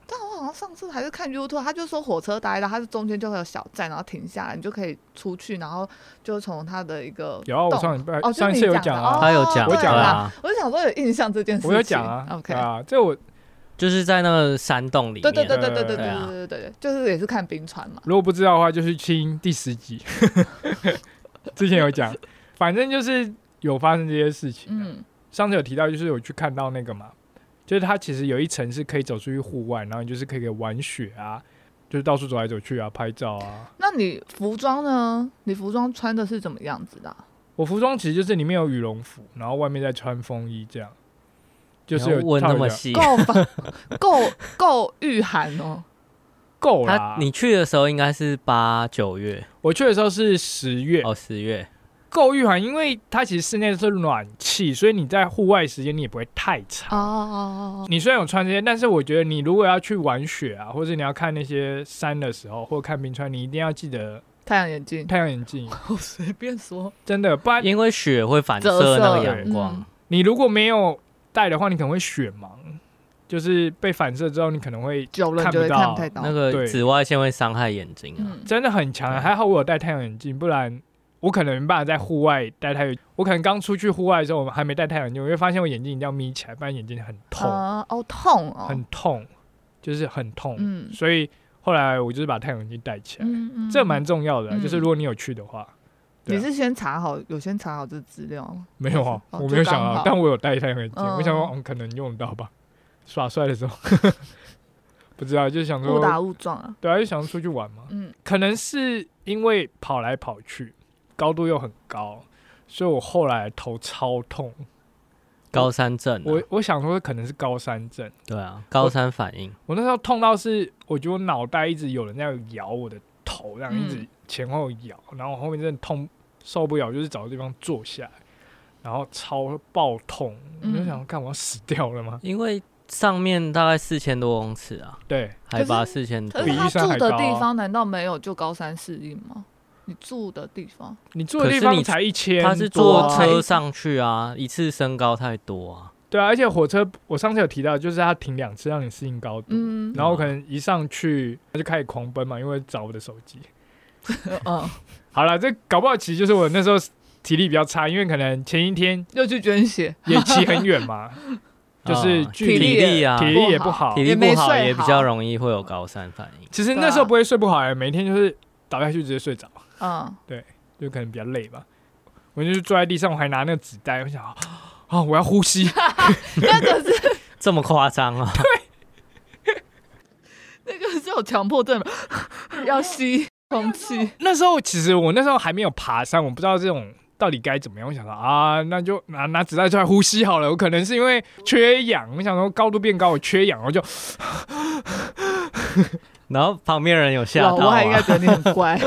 [SPEAKER 1] 但我好像哦上次还是看 YouTube，他就说火车待到，它是中间就会有小站，然后停下来，你就可以出去，然后就从它的一个
[SPEAKER 2] 有啊，我
[SPEAKER 1] 洞
[SPEAKER 2] 上礼拜、
[SPEAKER 1] 哦，
[SPEAKER 2] 上一
[SPEAKER 1] 就
[SPEAKER 2] 次
[SPEAKER 1] 是
[SPEAKER 2] 有
[SPEAKER 1] 你
[SPEAKER 2] 讲
[SPEAKER 1] 的
[SPEAKER 2] 啊，
[SPEAKER 3] 他有讲
[SPEAKER 1] 哦、
[SPEAKER 2] 我讲
[SPEAKER 1] 对
[SPEAKER 2] 了
[SPEAKER 1] 啦
[SPEAKER 3] 啊，
[SPEAKER 1] 我就想说有印象这件事情，
[SPEAKER 2] 我有讲啊
[SPEAKER 1] OK，
[SPEAKER 2] 对啊，这我
[SPEAKER 3] 就是在那个山洞里面。
[SPEAKER 1] 对对对对对
[SPEAKER 2] 对
[SPEAKER 1] 对对
[SPEAKER 3] 对啊
[SPEAKER 1] 对对对，就是也是看冰川嘛，
[SPEAKER 2] 如果不知道的话，就去听第十集， 之前有讲，反正就是有发生这些事情啊、
[SPEAKER 1] 嗯
[SPEAKER 2] 上次有提到，就是有去看到那个嘛，就是它其实有一层是可以走出去户外，然后你就是可以玩雪啊，就是到处走来走去啊，拍照啊。
[SPEAKER 1] 那你服装呢？你服装穿的是怎么样子的啊、
[SPEAKER 2] 我服装其实就是里面有羽绒服，然后外面再穿风衣这样，就是
[SPEAKER 3] 你要
[SPEAKER 2] 有
[SPEAKER 3] 问
[SPEAKER 2] 套
[SPEAKER 3] 那
[SPEAKER 2] 一
[SPEAKER 3] 么
[SPEAKER 2] 个
[SPEAKER 3] 细，
[SPEAKER 1] 够吧？够够御寒哦。
[SPEAKER 2] 够
[SPEAKER 3] 他
[SPEAKER 2] 啦。
[SPEAKER 3] 你去的时候应该是八九月
[SPEAKER 2] 我去的时候是十月，
[SPEAKER 3] 哦十月，
[SPEAKER 2] 够御寒，因为它其实室内是暖气，所以你在户外时间你也不会太
[SPEAKER 1] 哦
[SPEAKER 2] 长。
[SPEAKER 1] 哦哦
[SPEAKER 2] 你虽然有穿这些，但是我觉得你如果要去玩雪啊，或者你要看那些山的时候，或者看冰川，你一定要记得
[SPEAKER 1] 太阳眼镜，
[SPEAKER 2] 太阳眼镜，
[SPEAKER 1] 我随便说。
[SPEAKER 2] 真的，不然
[SPEAKER 3] 因为雪会反
[SPEAKER 1] 折
[SPEAKER 3] 射
[SPEAKER 1] 射
[SPEAKER 3] 那个阳光
[SPEAKER 1] 嗯，
[SPEAKER 2] 你如果没有戴的话，你可能会雪盲，就是被反射之后，你可能会
[SPEAKER 1] 久了你
[SPEAKER 2] 看
[SPEAKER 1] 就
[SPEAKER 2] 不
[SPEAKER 1] 会
[SPEAKER 2] 到
[SPEAKER 1] 看不太到。
[SPEAKER 3] 那
[SPEAKER 2] 对
[SPEAKER 3] 个紫外线会伤害眼睛啊。
[SPEAKER 1] 嗯，
[SPEAKER 2] 真的很强。
[SPEAKER 3] 对
[SPEAKER 2] 还好我有戴太阳眼镜，不然我可能没办法在户外戴太阳。我可能刚出去户外的时候，我还没戴太阳眼镜，我会发现我眼睛一定要眯起来，不然眼睛很痛，
[SPEAKER 1] 啊哦痛哦，
[SPEAKER 2] 很痛，就是很痛。
[SPEAKER 1] 嗯
[SPEAKER 2] 所以后来我就是把太阳眼镜戴起来，
[SPEAKER 1] 嗯嗯，
[SPEAKER 2] 这蛮重要的啊、
[SPEAKER 1] 嗯
[SPEAKER 2] 就是如果你有去的话。对
[SPEAKER 1] 你
[SPEAKER 2] 啊
[SPEAKER 1] 是先查好，有先查好这资料吗？
[SPEAKER 2] 没有啊，
[SPEAKER 1] 哦
[SPEAKER 2] 我
[SPEAKER 1] 就
[SPEAKER 2] 没有想
[SPEAKER 1] 刚
[SPEAKER 2] 到
[SPEAKER 1] 好，
[SPEAKER 2] 但我有戴太阳眼镜，
[SPEAKER 1] 嗯
[SPEAKER 2] 我想说、嗯、可能用得到吧，耍帅的时候， 不知道，就是想
[SPEAKER 1] 误打
[SPEAKER 2] 说，
[SPEAKER 1] 误撞啊。
[SPEAKER 2] 对啊，就想出去玩嘛，
[SPEAKER 1] 嗯
[SPEAKER 2] 可能是因为跑来跑去，高度又很高，所以我后来头超痛，
[SPEAKER 3] 高山症啊，
[SPEAKER 2] 我我想说可能是高山症，
[SPEAKER 3] 对啊，高山反应。
[SPEAKER 2] 我那时候痛到是，我觉得我脑袋一直有人在摇我的头，这样
[SPEAKER 1] 嗯
[SPEAKER 2] 一直前后摇，然后我后面真的痛受不了，就是找个地方坐下来，然后超爆痛，我
[SPEAKER 1] 嗯
[SPEAKER 2] 就想，干我要死掉了吗？
[SPEAKER 3] 因为上面大概四千多公尺啊，
[SPEAKER 2] 对，
[SPEAKER 3] 海拔
[SPEAKER 1] 可
[SPEAKER 3] 四千多
[SPEAKER 1] 可
[SPEAKER 2] 比
[SPEAKER 1] 是。他
[SPEAKER 2] 医生
[SPEAKER 1] 住
[SPEAKER 2] 还
[SPEAKER 1] 的
[SPEAKER 2] 高啊
[SPEAKER 1] 地方难道没有就高山适应吗？你住的地方
[SPEAKER 2] 你住的地
[SPEAKER 3] 可是
[SPEAKER 2] 方
[SPEAKER 3] 你
[SPEAKER 2] 才一千，
[SPEAKER 3] 他是
[SPEAKER 1] 多
[SPEAKER 3] 坐
[SPEAKER 1] 啊
[SPEAKER 3] 车上去啊，一次升高太多啊。
[SPEAKER 2] 对啊，而且火车我上次有提到，就是它停两次让你适应高度，
[SPEAKER 1] 嗯
[SPEAKER 2] 然后我可能一上去它就开始狂奔嘛，因为找我的手机。
[SPEAKER 1] 嗯，
[SPEAKER 2] 好了，这搞不好其实就是我那时候体力比较差，因为可能前一天
[SPEAKER 1] 又去捐血，
[SPEAKER 2] 也骑很远嘛，就是
[SPEAKER 3] 啊
[SPEAKER 2] 距
[SPEAKER 1] 体
[SPEAKER 2] 离
[SPEAKER 1] 力
[SPEAKER 3] 体力啊，
[SPEAKER 2] 体力也不
[SPEAKER 1] 不
[SPEAKER 2] 好
[SPEAKER 1] 好，
[SPEAKER 3] 体力
[SPEAKER 1] 也
[SPEAKER 3] 不
[SPEAKER 1] 没
[SPEAKER 3] 好
[SPEAKER 1] 睡
[SPEAKER 3] 也比
[SPEAKER 1] 好
[SPEAKER 3] 较容易会有高山反应。
[SPEAKER 2] 其实
[SPEAKER 1] 对
[SPEAKER 2] 那
[SPEAKER 1] 啊
[SPEAKER 2] 时候不会睡不好、欸，每天就是倒下去直接睡着，
[SPEAKER 1] 嗯，
[SPEAKER 2] 就可能比较累吧。我就是坐在地上，我还拿那个纸袋，我想啊、啊我要呼吸。
[SPEAKER 1] 那个是
[SPEAKER 3] 这么夸张啊？
[SPEAKER 1] 那个是有强迫症， 要吸空气，
[SPEAKER 2] 那时候其实我那时候还没有爬山，我不知道这种到底该怎么样。我想说啊，那就拿拿纸袋出来呼吸好了。我可能是因为缺氧，我想说高度变高，我缺氧，我就
[SPEAKER 3] 然后旁边人有吓
[SPEAKER 1] 老
[SPEAKER 3] 到
[SPEAKER 1] 外应该
[SPEAKER 3] 啊，
[SPEAKER 1] 觉得你很 乖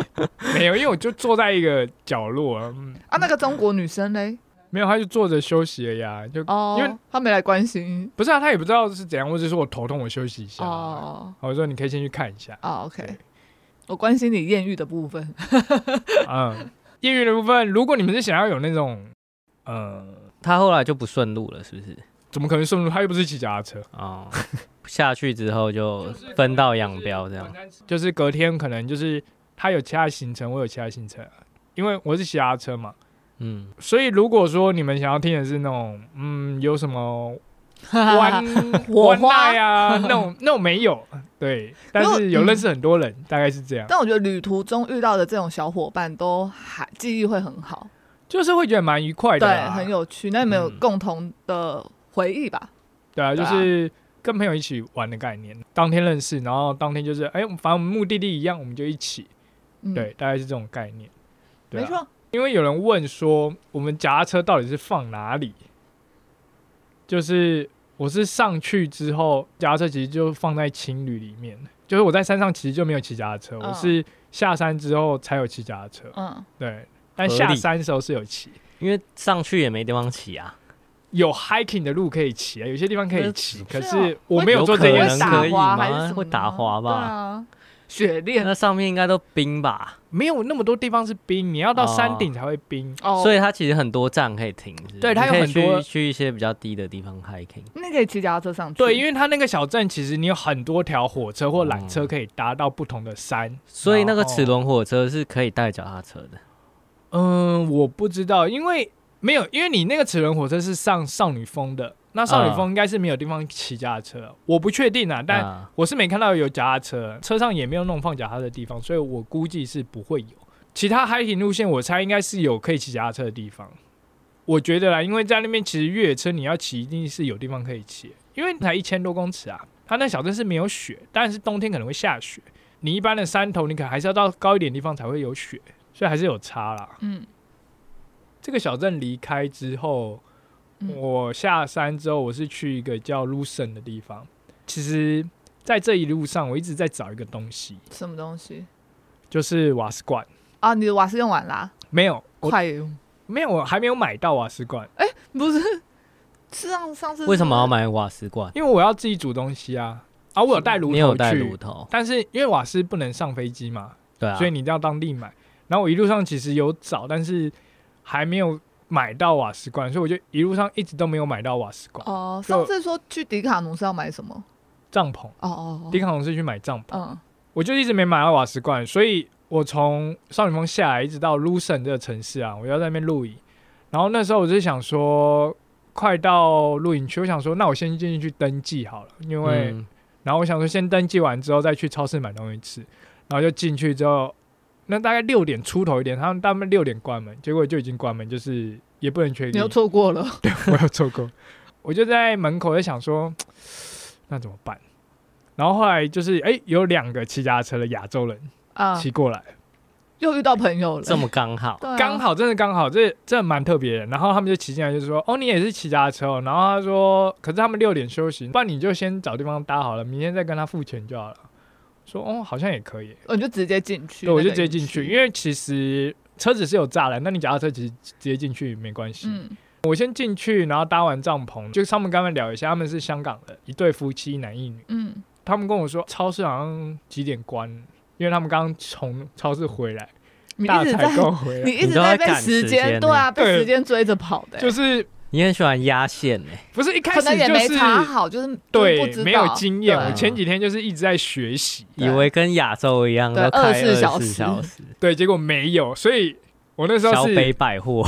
[SPEAKER 2] 没有，因为我就坐在一个角落，嗯、
[SPEAKER 1] 啊。那个中国女生嘞，
[SPEAKER 2] 没有，他就坐着休息了呀，就。
[SPEAKER 1] 哦，
[SPEAKER 2] 因为
[SPEAKER 1] 她没来关心，
[SPEAKER 2] 不是啊，他也不知道是怎样，我只是说我头痛，我休息一下。哦，
[SPEAKER 1] 哦
[SPEAKER 2] 我说你可以先去看一下。
[SPEAKER 1] 哦
[SPEAKER 2] 对
[SPEAKER 1] ，OK，我关心你艳遇的部分，
[SPEAKER 2] 嗯，业余的部分，如果你们是想要有那种，呃，
[SPEAKER 3] 他后来就不顺路了，是不是？
[SPEAKER 2] 怎么可能顺路？他又不是骑脚踏车，
[SPEAKER 3] 哦， 下去之后就分道扬镳这样。
[SPEAKER 2] 就是隔天可能就是他有其他行程，我有其他行程，因为我是骑脚踏车嘛。
[SPEAKER 3] 嗯，
[SPEAKER 2] 所以如果说你们想要听的是那种，嗯，有什么
[SPEAKER 1] 哈
[SPEAKER 2] 弯
[SPEAKER 1] 火
[SPEAKER 2] 弯
[SPEAKER 1] 花
[SPEAKER 2] 带 啊，那种那种没有，对，但
[SPEAKER 1] 如果
[SPEAKER 2] 是有认识很多人，大概是这样，
[SPEAKER 1] 但我觉得旅途中遇到的这种小伙伴都还记忆会很好，
[SPEAKER 2] 就是会觉得蛮愉快的
[SPEAKER 1] 对，
[SPEAKER 2] 啦，
[SPEAKER 1] 很有趣。那你们有
[SPEAKER 3] 嗯
[SPEAKER 1] 共同的回忆吧？
[SPEAKER 2] 对啊，就
[SPEAKER 1] 对啊
[SPEAKER 2] 是跟朋友一起玩的概念，当天认识，然后当天就是，哎，反正我们目的地一样，我们就一起，
[SPEAKER 1] 嗯，
[SPEAKER 2] 对，大概是这种概念。对啊
[SPEAKER 1] 没，错。
[SPEAKER 2] 因为有人问说，我们夹车到底是放哪里？就是我是上去之后，脚踏车其实就放在情侣里面，就是我在山上其实就没有骑脚踏车，我
[SPEAKER 1] 嗯
[SPEAKER 2] 是下山之后才有骑脚踏车。
[SPEAKER 1] 嗯，
[SPEAKER 2] 对，但
[SPEAKER 3] 合
[SPEAKER 2] 下
[SPEAKER 3] 理
[SPEAKER 2] 山的时候是有骑，
[SPEAKER 3] 因为上去也没地方骑啊。
[SPEAKER 2] 有 hiking 的路可以骑啊，有些地方可以骑，可
[SPEAKER 1] 是哦
[SPEAKER 2] 是我没有
[SPEAKER 3] 有
[SPEAKER 2] 做
[SPEAKER 3] 可
[SPEAKER 2] 这
[SPEAKER 1] 会
[SPEAKER 2] 件
[SPEAKER 3] 能
[SPEAKER 2] 事，
[SPEAKER 1] 打
[SPEAKER 3] 可以
[SPEAKER 1] 滑
[SPEAKER 3] 吗
[SPEAKER 1] 还是什么
[SPEAKER 3] 会打滑吧
[SPEAKER 1] 对啊，雪链
[SPEAKER 3] 那上面应该都冰吧，
[SPEAKER 2] 没有那么多地方是冰，你要到山
[SPEAKER 3] 哦
[SPEAKER 2] 顶才会冰。
[SPEAKER 1] 哦，
[SPEAKER 3] 所以它其实很多站可以停是不是
[SPEAKER 2] 对它有
[SPEAKER 3] 你可以
[SPEAKER 2] 很多
[SPEAKER 3] 去去一些比较低的地方 hiking。
[SPEAKER 1] 那可以骑脚踏车上去。
[SPEAKER 2] 对，因
[SPEAKER 1] 为
[SPEAKER 2] 为它那个小镇其实你有很多条火车或缆
[SPEAKER 3] 哦
[SPEAKER 2] 车可以搭到不同的山。
[SPEAKER 3] 所以那个
[SPEAKER 2] 然后
[SPEAKER 3] 齿轮火车是可以带脚踏车
[SPEAKER 2] 哦
[SPEAKER 3] 的，
[SPEAKER 2] 嗯，我不知道，因为没有，因为你那个齿轮火车是上少女峰的，那少女
[SPEAKER 3] 嗯
[SPEAKER 2] 峰应该是没有地方骑脚踏车，我不确定啊，但
[SPEAKER 3] 啊
[SPEAKER 2] 我是没看到有脚踏车，车上也没有那种放脚踏车的地方，所以我估计是不会有。其他 hiking 路线，我猜应该是有可以骑脚踏车的地方，我觉得啦，因为在那边其实越野车你要骑，一定是有地方可以骑，因为才一千多公尺啊，它那小镇是没有雪，但是冬天可能会下雪，你一般的山头你可能还是要到高一点的地方才会有雪，所以还是有差啦。
[SPEAKER 1] 嗯，
[SPEAKER 2] 这个小镇离开之后，
[SPEAKER 1] 嗯
[SPEAKER 2] 我下山之后，我是去一个叫 Lucen 的地方。其实，在这一路上，我一直在找一个东西，
[SPEAKER 1] 什么东西
[SPEAKER 2] 就是瓦斯罐。
[SPEAKER 1] 啊？你的瓦斯用完啦，
[SPEAKER 2] 没有，我
[SPEAKER 1] 快用，
[SPEAKER 2] 没有，我还没有买到瓦斯罐，
[SPEAKER 1] 不是？是上上次
[SPEAKER 3] 为什么要？买瓦斯罐？
[SPEAKER 2] 因为我要自己煮东西啊。啊，我有带炉
[SPEAKER 3] 你有
[SPEAKER 2] 头
[SPEAKER 3] 带
[SPEAKER 2] 去
[SPEAKER 3] 炉，头？
[SPEAKER 2] 但是因为瓦斯不能上飞机嘛，
[SPEAKER 3] 对啊，
[SPEAKER 2] 所以你一定要当地买。然后我一路上其实有找，但是还没有买到瓦斯罐，所以我就一路上一直都没有买到瓦斯罐、
[SPEAKER 1] 哦，
[SPEAKER 2] 就
[SPEAKER 1] 上次说去迪卡侬是要买什么？
[SPEAKER 2] 帐篷。
[SPEAKER 1] 哦哦
[SPEAKER 2] 迪卡侬是去买帐篷。
[SPEAKER 1] 哦，
[SPEAKER 2] 我就一直没买到瓦斯罐，所以我从少女峰下来，一直到 Lucen 这个城市啊，我要在那边露营。然后那时候我就想说，快到露营区，我想说，那我先进去登记好了，因为、
[SPEAKER 3] 嗯
[SPEAKER 2] 然后我想说，先登记完之后再去超市买东西吃。然后就进去之后，那大概六点出头一点，他们他们六点关门，结果就已经关门，就是也不能确
[SPEAKER 1] 嗯，你
[SPEAKER 2] 定
[SPEAKER 1] 又，错过了。
[SPEAKER 2] 我有错过。我就在门口在想说，那怎么办？然后后来就是，哎、有两个骑脚踏车的亚洲人。
[SPEAKER 1] 啊，
[SPEAKER 2] 骑过来，
[SPEAKER 1] 又遇到朋友了，
[SPEAKER 3] 这么刚好，
[SPEAKER 1] 对啊
[SPEAKER 2] 刚、好真的刚好，这这蛮特别的。然后他们就骑进来，就说：“哦，你也是骑脚踏车、哦。”然后他说：“可是他们六点休息，不然你就先找地方搭好了，明天再跟他付钱就好了。”说：“哦，好像也可以。
[SPEAKER 1] 我就直接进”去，
[SPEAKER 2] 对，我就直接进去，
[SPEAKER 1] 为
[SPEAKER 2] 因为其实车子是有栅栏，那你脚踏车其实直接进去没关系。
[SPEAKER 1] 嗯
[SPEAKER 2] 我先进去，然后搭完帐篷，就他们刚刚聊一下，他们是香港的一对夫妻，一男一女。
[SPEAKER 1] 嗯，
[SPEAKER 2] 他们跟我说，超市好像几点关，因为他们刚刚从超市回来，
[SPEAKER 1] 你
[SPEAKER 2] 大
[SPEAKER 1] 一直
[SPEAKER 2] 采
[SPEAKER 1] 在
[SPEAKER 2] 购回 来。
[SPEAKER 1] 你一
[SPEAKER 3] 你
[SPEAKER 1] 直
[SPEAKER 3] 都
[SPEAKER 1] 在
[SPEAKER 3] 在
[SPEAKER 1] 被
[SPEAKER 3] 赶
[SPEAKER 1] 时
[SPEAKER 3] 时间
[SPEAKER 1] 间，
[SPEAKER 3] 呢
[SPEAKER 1] 对啊，被
[SPEAKER 2] 对
[SPEAKER 1] 时间追着跑的欸，
[SPEAKER 2] 就是
[SPEAKER 3] 你很喜欢压线 哎，
[SPEAKER 2] 不是一开
[SPEAKER 1] 可
[SPEAKER 2] 始
[SPEAKER 1] 能也
[SPEAKER 2] 就
[SPEAKER 1] 没
[SPEAKER 2] 是
[SPEAKER 1] 查好，就是就是不
[SPEAKER 2] 对
[SPEAKER 1] 知
[SPEAKER 2] 没有
[SPEAKER 1] 道
[SPEAKER 2] 经验，
[SPEAKER 1] 对
[SPEAKER 2] 我前几天就是一直在学习，
[SPEAKER 1] 对
[SPEAKER 3] 以为跟亚洲一样
[SPEAKER 1] 对
[SPEAKER 3] 都开
[SPEAKER 1] 24
[SPEAKER 3] 24
[SPEAKER 1] 小
[SPEAKER 3] 小
[SPEAKER 1] 时
[SPEAKER 3] 时，
[SPEAKER 2] 对，结果没有，所以我那时
[SPEAKER 3] 小
[SPEAKER 2] 候
[SPEAKER 3] 北
[SPEAKER 2] 是
[SPEAKER 3] 百货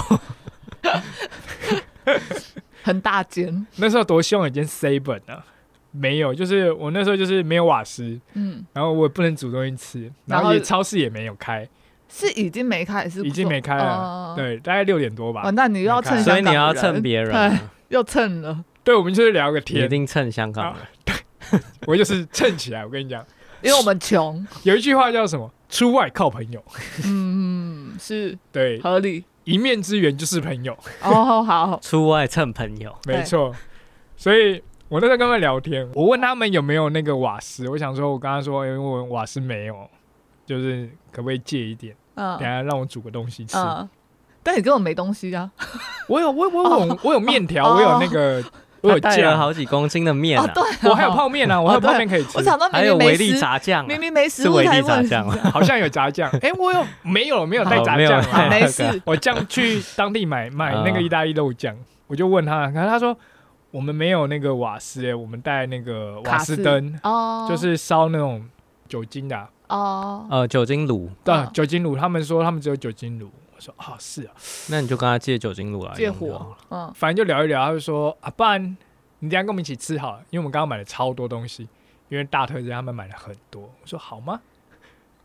[SPEAKER 1] 很大间，
[SPEAKER 2] 那时候多希望有一件 seven 啊，没有，就是我那时候就是没有瓦斯，
[SPEAKER 1] 嗯，
[SPEAKER 2] 然后我也不能煮东西吃，
[SPEAKER 1] 然
[SPEAKER 2] 然
[SPEAKER 1] 后
[SPEAKER 2] 后也超市也没有开，
[SPEAKER 1] 是已经没开，是
[SPEAKER 2] 已经
[SPEAKER 1] 说
[SPEAKER 2] 没开了，
[SPEAKER 1] 哦
[SPEAKER 2] 对，大概六点多吧
[SPEAKER 1] 完，蛋，你又要
[SPEAKER 2] 没
[SPEAKER 1] 蹭，
[SPEAKER 2] 开
[SPEAKER 3] 所以你要蹭别人啊，
[SPEAKER 1] 又蹭了，
[SPEAKER 2] 对，我们就是聊个
[SPEAKER 3] 你一
[SPEAKER 2] 天，
[SPEAKER 3] 定蹭香港人。
[SPEAKER 2] 我就是蹭起来，我跟你讲，
[SPEAKER 1] 因为我们 穷，
[SPEAKER 2] 有一句话叫什么？出外靠朋友，
[SPEAKER 1] 嗯，是
[SPEAKER 2] 对，
[SPEAKER 1] 合理。
[SPEAKER 2] 一面之缘就是朋友。
[SPEAKER 1] 哦，好，
[SPEAKER 3] 出外蹭朋友，
[SPEAKER 2] 没
[SPEAKER 1] 对
[SPEAKER 2] 错，所以我那时候跟他们聊天，我问他们有没有那个瓦斯，我想说，我跟他说，因为我瓦斯没有，就是可不可以借一点，等
[SPEAKER 1] 嗯
[SPEAKER 2] 下让我煮个东西吃。
[SPEAKER 1] 嗯，但你根本没东西啊，
[SPEAKER 2] 我有，我我
[SPEAKER 1] 哦
[SPEAKER 2] 我有我有面条，我有那个，我有
[SPEAKER 3] 他带了
[SPEAKER 2] 酱，
[SPEAKER 3] 好几公斤的面
[SPEAKER 1] 哦，
[SPEAKER 3] 啊，
[SPEAKER 1] 对，
[SPEAKER 2] 我还有，泡 面呢，我还有
[SPEAKER 1] 哦对
[SPEAKER 2] 泡面可以吃
[SPEAKER 1] 我，想到明
[SPEAKER 3] 还有
[SPEAKER 1] 明没
[SPEAKER 3] 维力
[SPEAKER 1] 食，
[SPEAKER 3] 炸酱啊，
[SPEAKER 1] 哦明明没
[SPEAKER 3] 是
[SPEAKER 1] 食物
[SPEAKER 3] 维
[SPEAKER 1] 才
[SPEAKER 3] 力炸
[SPEAKER 1] 问，
[SPEAKER 3] 酱啊，
[SPEAKER 2] 好像有炸酱。哎，我有没有没有带
[SPEAKER 3] 哦
[SPEAKER 2] 炸
[SPEAKER 3] 没有嗯
[SPEAKER 2] 酱
[SPEAKER 1] 好
[SPEAKER 2] 啊？
[SPEAKER 1] 没事，
[SPEAKER 2] 我酱去当地买买那个意大利肉酱，我就问他，可是他说我们没有那个瓦斯，哎，我们带那个瓦
[SPEAKER 1] 卡
[SPEAKER 2] 斯
[SPEAKER 1] 式
[SPEAKER 2] 灯。
[SPEAKER 1] 哦，
[SPEAKER 2] 就是烧那种酒精的、啊，
[SPEAKER 1] 哦，
[SPEAKER 3] 呃，酒精炉，
[SPEAKER 2] 对、
[SPEAKER 1] 嗯
[SPEAKER 2] 酒精炉。他们说他们只有酒精炉，我说啊、是啊，
[SPEAKER 3] 那你就跟他借酒精炉来
[SPEAKER 1] 借
[SPEAKER 3] 用就好
[SPEAKER 1] 火
[SPEAKER 3] 了，，
[SPEAKER 1] 嗯，
[SPEAKER 2] 反正就聊一聊。他就说啊，不然你等一下跟我们一起吃好了，因为我们刚刚买了超多东西，因为大特价他们买了很多。我说好吗？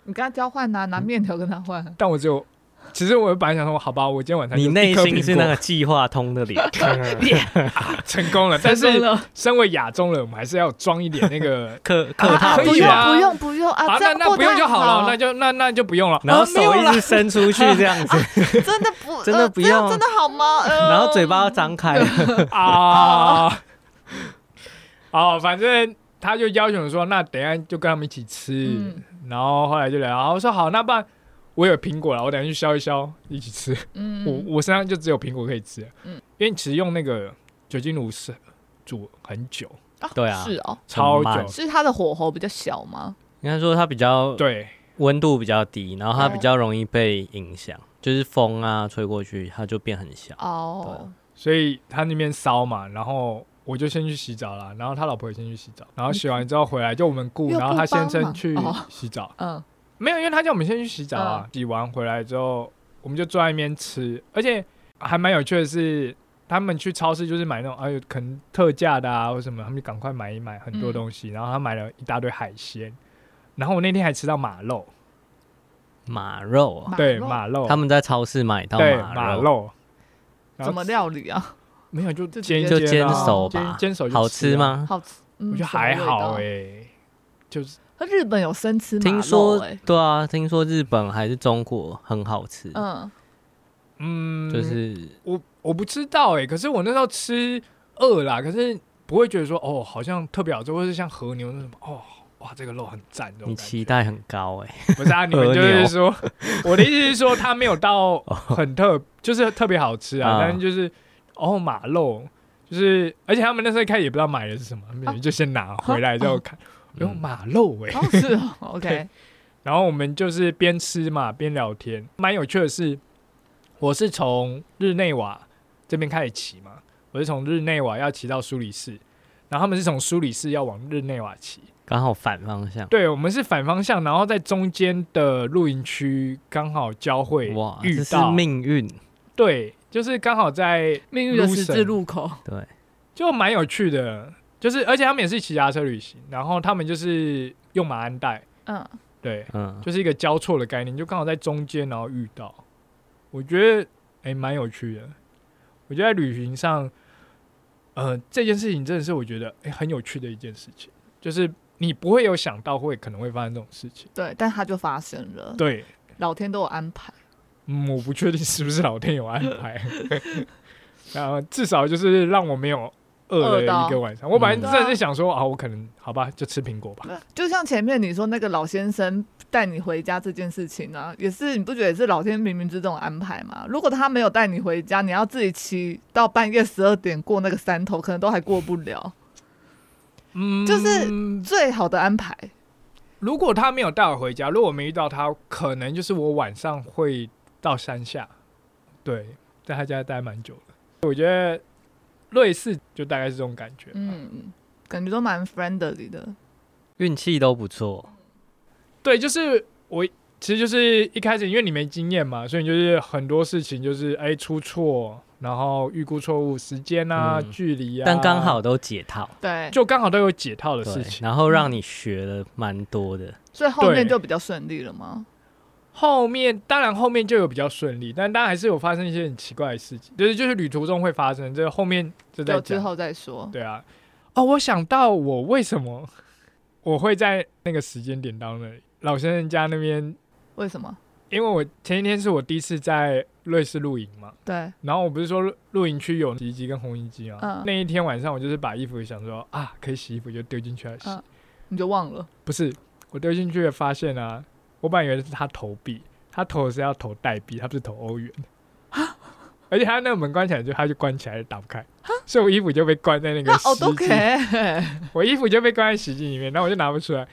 [SPEAKER 1] 你跟他交换呐，
[SPEAKER 2] 嗯
[SPEAKER 1] 拿面条跟他换，啊
[SPEAKER 2] 但我只有，其实我本来想说，好吧，我今天晚上就
[SPEAKER 3] 你内
[SPEAKER 2] 一颗
[SPEAKER 3] 心是
[SPEAKER 2] 苹果
[SPEAKER 3] 那个计划通的 脸，。
[SPEAKER 2] 成功了，但
[SPEAKER 1] 成
[SPEAKER 2] 是
[SPEAKER 1] 功了
[SPEAKER 2] 身为亚中人，我们还是要装一点那个
[SPEAKER 3] 客
[SPEAKER 2] 啊
[SPEAKER 3] 客
[SPEAKER 2] 啊
[SPEAKER 3] 套
[SPEAKER 2] 可
[SPEAKER 1] 不
[SPEAKER 2] 以
[SPEAKER 3] 一
[SPEAKER 1] 用
[SPEAKER 2] 啊
[SPEAKER 3] 下，
[SPEAKER 1] 不用不用啊，
[SPEAKER 2] 啊，
[SPEAKER 1] 这
[SPEAKER 2] 那
[SPEAKER 1] 样
[SPEAKER 2] 那
[SPEAKER 1] 不
[SPEAKER 2] 不用
[SPEAKER 1] 太
[SPEAKER 2] 就好了，那
[SPEAKER 1] 好
[SPEAKER 2] 就那那就不用了。
[SPEAKER 3] 然后
[SPEAKER 2] 啊没有
[SPEAKER 3] 手一
[SPEAKER 2] 啦
[SPEAKER 3] 直伸出去 这样 子，
[SPEAKER 1] 真的不，
[SPEAKER 3] 真的
[SPEAKER 1] 呃
[SPEAKER 3] 不
[SPEAKER 1] 这样
[SPEAKER 3] 要
[SPEAKER 2] 呃嗯
[SPEAKER 1] 真的好吗？呃
[SPEAKER 3] 然后嘴巴要张开，
[SPEAKER 2] 啊，好，反正他就要求说，那等一下就跟他们一起吃。
[SPEAKER 1] 嗯
[SPEAKER 2] 然后后来就聊，然后我说好，那不然我有苹果了，我等一下去削一削，一起吃。
[SPEAKER 1] 嗯，
[SPEAKER 2] 我我身上就只有苹果可以吃，
[SPEAKER 1] 嗯
[SPEAKER 2] 因为其实用那个酒精炉是煮很久，
[SPEAKER 1] 啊
[SPEAKER 3] 对啊
[SPEAKER 1] 是哦，
[SPEAKER 2] 超
[SPEAKER 3] 慢
[SPEAKER 2] 久，
[SPEAKER 1] 是它的火候比较小吗？
[SPEAKER 3] 应该说它比较
[SPEAKER 1] 嗯
[SPEAKER 2] 对，
[SPEAKER 3] 温度比较低，然后它
[SPEAKER 1] 对
[SPEAKER 3] 比较容易被影响，就是风啊吹过去，它就变很小。
[SPEAKER 1] 哦，
[SPEAKER 2] 所以他那边烧嘛，然后我就先去洗澡了，然后他老婆也先去洗澡，然后洗完之后回来就我们顾，
[SPEAKER 1] 又不
[SPEAKER 2] 然后他先生去
[SPEAKER 1] 帮忙哦
[SPEAKER 2] 洗澡，
[SPEAKER 1] 嗯，
[SPEAKER 2] 没有，因为他叫我们先去洗澡啊，洗完回来之后我们就坐在那边吃，而且还蛮有趣的是。他们去超市就是买那种，哎呦，可能特价的啊，或什么，他们就赶快买一买很多
[SPEAKER 1] 嗯
[SPEAKER 2] 东西。然后他买了一大堆海鲜，然后我那天还吃到马肉，
[SPEAKER 3] 马肉啊，
[SPEAKER 2] 对
[SPEAKER 1] 肉
[SPEAKER 2] 马肉，
[SPEAKER 3] 他们在超市买到
[SPEAKER 2] 对
[SPEAKER 3] 马肉，
[SPEAKER 2] 肉然后
[SPEAKER 1] 怎么料理啊？
[SPEAKER 2] 没有就
[SPEAKER 1] 就
[SPEAKER 2] 煎
[SPEAKER 1] 直
[SPEAKER 3] 就
[SPEAKER 1] 接
[SPEAKER 3] 煎
[SPEAKER 2] 啊
[SPEAKER 3] 熟
[SPEAKER 2] 煎
[SPEAKER 3] 吧，
[SPEAKER 2] 煎熟就
[SPEAKER 3] 好
[SPEAKER 2] 吃
[SPEAKER 3] 吃
[SPEAKER 2] 啊？
[SPEAKER 3] 吗？
[SPEAKER 1] 好吃，嗯
[SPEAKER 2] 我觉得还好哎、
[SPEAKER 1] 哎。
[SPEAKER 2] 就是
[SPEAKER 1] 可日本有生吃马
[SPEAKER 3] 听
[SPEAKER 1] 肉
[SPEAKER 3] 说
[SPEAKER 2] 欸
[SPEAKER 1] 哎，
[SPEAKER 3] 对啊，听说日本还是中国很好吃，
[SPEAKER 1] 嗯，
[SPEAKER 2] 嗯，
[SPEAKER 3] 就是
[SPEAKER 2] 我我不知道哎、可是我那时候吃饿啦，可是不会觉得说哦，好像特别好吃，或是像和牛那什么哦。哇，这个肉很赞，这种
[SPEAKER 3] 你
[SPEAKER 2] 感
[SPEAKER 3] 期
[SPEAKER 2] 觉
[SPEAKER 3] 待很高哎、
[SPEAKER 2] 不是啊？你们
[SPEAKER 3] 和
[SPEAKER 2] 就
[SPEAKER 3] 牛哦
[SPEAKER 2] 是 说，我的意思是说，它没有到很特，就是特别好吃啊
[SPEAKER 3] 啊，
[SPEAKER 2] 但是就是哦，马肉就是，而且他们那时候一开始也不知道买的是什么，他们就先拿回来之后看，有
[SPEAKER 3] 嗯
[SPEAKER 2] 马肉哎、
[SPEAKER 1] 哦是哦，OK，
[SPEAKER 2] 然后我们就是边吃嘛边聊天，蛮有趣的是，我是从日内瓦这边开始骑嘛，我是从日内瓦要骑到苏黎世，然后他们是从苏黎世要往日内瓦骑，
[SPEAKER 3] 刚好反方向，
[SPEAKER 2] 对我们是反方向，然后在中间的露营区刚好交汇
[SPEAKER 3] 哇，
[SPEAKER 2] 遇
[SPEAKER 3] 这是
[SPEAKER 2] 到，
[SPEAKER 3] 命运，
[SPEAKER 2] 对，就是刚好在
[SPEAKER 1] 命运的十字路口，
[SPEAKER 3] 对，
[SPEAKER 2] 就蛮有趣的，就是而且他们也是骑脚踏车旅行，然后他们就是用马鞍带，
[SPEAKER 1] 嗯，
[SPEAKER 2] 对，
[SPEAKER 3] 嗯，
[SPEAKER 2] 就是一个交错的概念，就刚好在中间，然后遇到，我觉得哎蛮、有趣的。我觉得在旅行上，呃，这件事情真的是我觉得哎、诶很有趣的一件事情，就是你不会有想到会可能会发生这种事情。
[SPEAKER 1] 对，但它就发生了，
[SPEAKER 2] 对，
[SPEAKER 1] 老天都有安排，
[SPEAKER 2] 嗯，我不确定是不是老天有安排， 然后至少就是让我没有饿
[SPEAKER 1] 饿
[SPEAKER 2] 了
[SPEAKER 1] 到
[SPEAKER 2] 一个晚上。我本来
[SPEAKER 3] 嗯
[SPEAKER 2] 真的是想说啊，我可能好吧，就吃苹果吧。
[SPEAKER 1] 就像前面你说那个老先生带你回家这件事情啊，也是你不觉得也是老天冥冥之中的安排吗？如果他没有带你回家，你要自己骑到半夜十二点过那个山头，可能都还过不了。
[SPEAKER 2] 嗯，
[SPEAKER 1] 就是最好的安排，
[SPEAKER 2] 如果他没有带我回家，如果我没遇到他，可能就是我晚上会到山下，对，在他家待蛮久的。我觉得瑞士就大概是这种感觉。嗯，
[SPEAKER 1] 嗯，感觉都蛮 friendly 的，
[SPEAKER 3] 运气都不错，
[SPEAKER 2] 对，就是我其实就是一开始因为你没经验嘛，所以你就是很多事情就是哎出错，然后预估错误时间啊、
[SPEAKER 3] 嗯
[SPEAKER 2] 距离啊，
[SPEAKER 3] 但刚好都解套，
[SPEAKER 1] 对，
[SPEAKER 2] 就刚好都有解套的事
[SPEAKER 3] 对，
[SPEAKER 2] 情。
[SPEAKER 3] 然后让你学了蛮多的，
[SPEAKER 1] 所以后面
[SPEAKER 2] 对
[SPEAKER 1] 就比较顺利了吗？
[SPEAKER 2] 后面当然后面就有比较顺利，但当然还是有发生一些很奇怪的事情，就是就是旅途中会发生，这后面就在
[SPEAKER 1] 就
[SPEAKER 2] 讲
[SPEAKER 1] 之。后再说。
[SPEAKER 2] 对啊，哦，我想到我为什么我会在那个时间点到那里，老先生家那边，
[SPEAKER 1] 为什么？
[SPEAKER 2] 因为我前一天是我第一次在瑞士露营嘛，
[SPEAKER 1] 对，
[SPEAKER 2] 然后我不是说露露营区有洗衣机跟烘衣机啊，
[SPEAKER 1] 嗯
[SPEAKER 2] 那一天晚上我就是把衣服想说啊可以洗衣服就丢进去来洗，
[SPEAKER 1] 嗯你就忘了
[SPEAKER 2] 不是我丢进去了发现啊，我本来以为是他投币，他投的是要投代币，他不是投欧元，
[SPEAKER 1] 啊
[SPEAKER 2] 而且他那个门关起来就他就关起来打不开，所以我衣服就被关在那个
[SPEAKER 1] 那
[SPEAKER 2] 洗
[SPEAKER 1] 啊哦都
[SPEAKER 2] 衣
[SPEAKER 1] 可
[SPEAKER 2] 机
[SPEAKER 1] 以，
[SPEAKER 2] 我衣服就被关在洗衣机里面，然后我就拿不出来，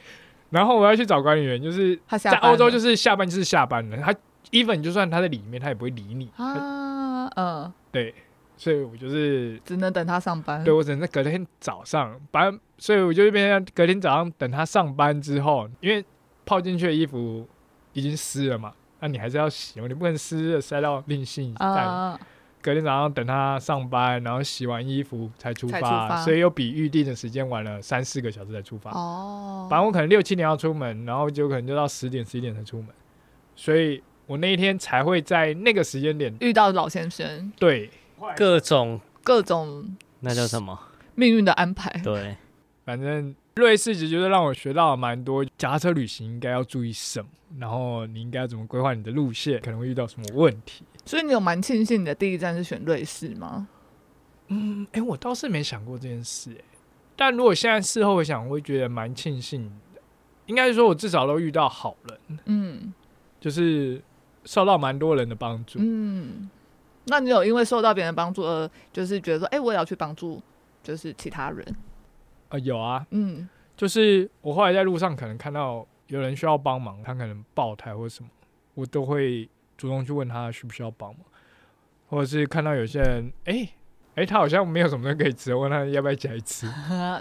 [SPEAKER 2] 然后我要去找管理员，就是
[SPEAKER 1] 他下
[SPEAKER 2] 在欧洲就是是下班就是下班了，他 even 就算他在里面，他也不会理你，
[SPEAKER 1] 啊，嗯，
[SPEAKER 2] 所以我就是
[SPEAKER 1] 只能等他上班。
[SPEAKER 2] 对我只能在隔天早上，反正所以我就变成隔天早上等他上班之后，因为泡进去的衣服已经湿了嘛，那你还是要洗嘛，你不能湿的塞到另信袋。
[SPEAKER 1] 啊，
[SPEAKER 2] 隔天早上等他上班，然后洗完衣服才出
[SPEAKER 1] 才
[SPEAKER 2] 发，
[SPEAKER 1] 出发
[SPEAKER 2] 所以又比预定的时间晚了三四个小时才出发。
[SPEAKER 1] 哦，
[SPEAKER 2] 反正我可能六七点要出门，然后就可能就到十点十一点才出门，所以我那一天才会在那个时间点
[SPEAKER 1] 遇到老先生，
[SPEAKER 2] 对，
[SPEAKER 3] 各种
[SPEAKER 1] 各种
[SPEAKER 3] 那叫 什么？
[SPEAKER 1] 命运的安排。
[SPEAKER 3] 对，
[SPEAKER 2] 反正瑞士其实就是让我学到了蛮多，脚踏车旅行应该要注意什么，然后你应该要怎么规划你的路线，可能会遇到什么问题。
[SPEAKER 1] 所以你有蛮庆幸你的第一站是选瑞士吗？
[SPEAKER 2] 嗯，哎、我倒是没想过这件事、诶但如果现在事后回想，我会觉得蛮庆幸的。应该是说，我至少都遇到好人，
[SPEAKER 1] 嗯
[SPEAKER 2] 就是受到蛮多人的帮助。
[SPEAKER 1] 嗯，那你有因为受到别人帮助而就是觉得说，哎、我也要去帮助，就是其他人，
[SPEAKER 2] 啊、有啊，
[SPEAKER 1] 嗯
[SPEAKER 2] 就是我后来在路上可能看到有人需要帮忙，他可能爆胎或什么，我都会主动去问他需不需要帮忙，或者是看到有些人，哎、诶哎、他好像没有什么东西可以吃，我问他要不要一起来吃。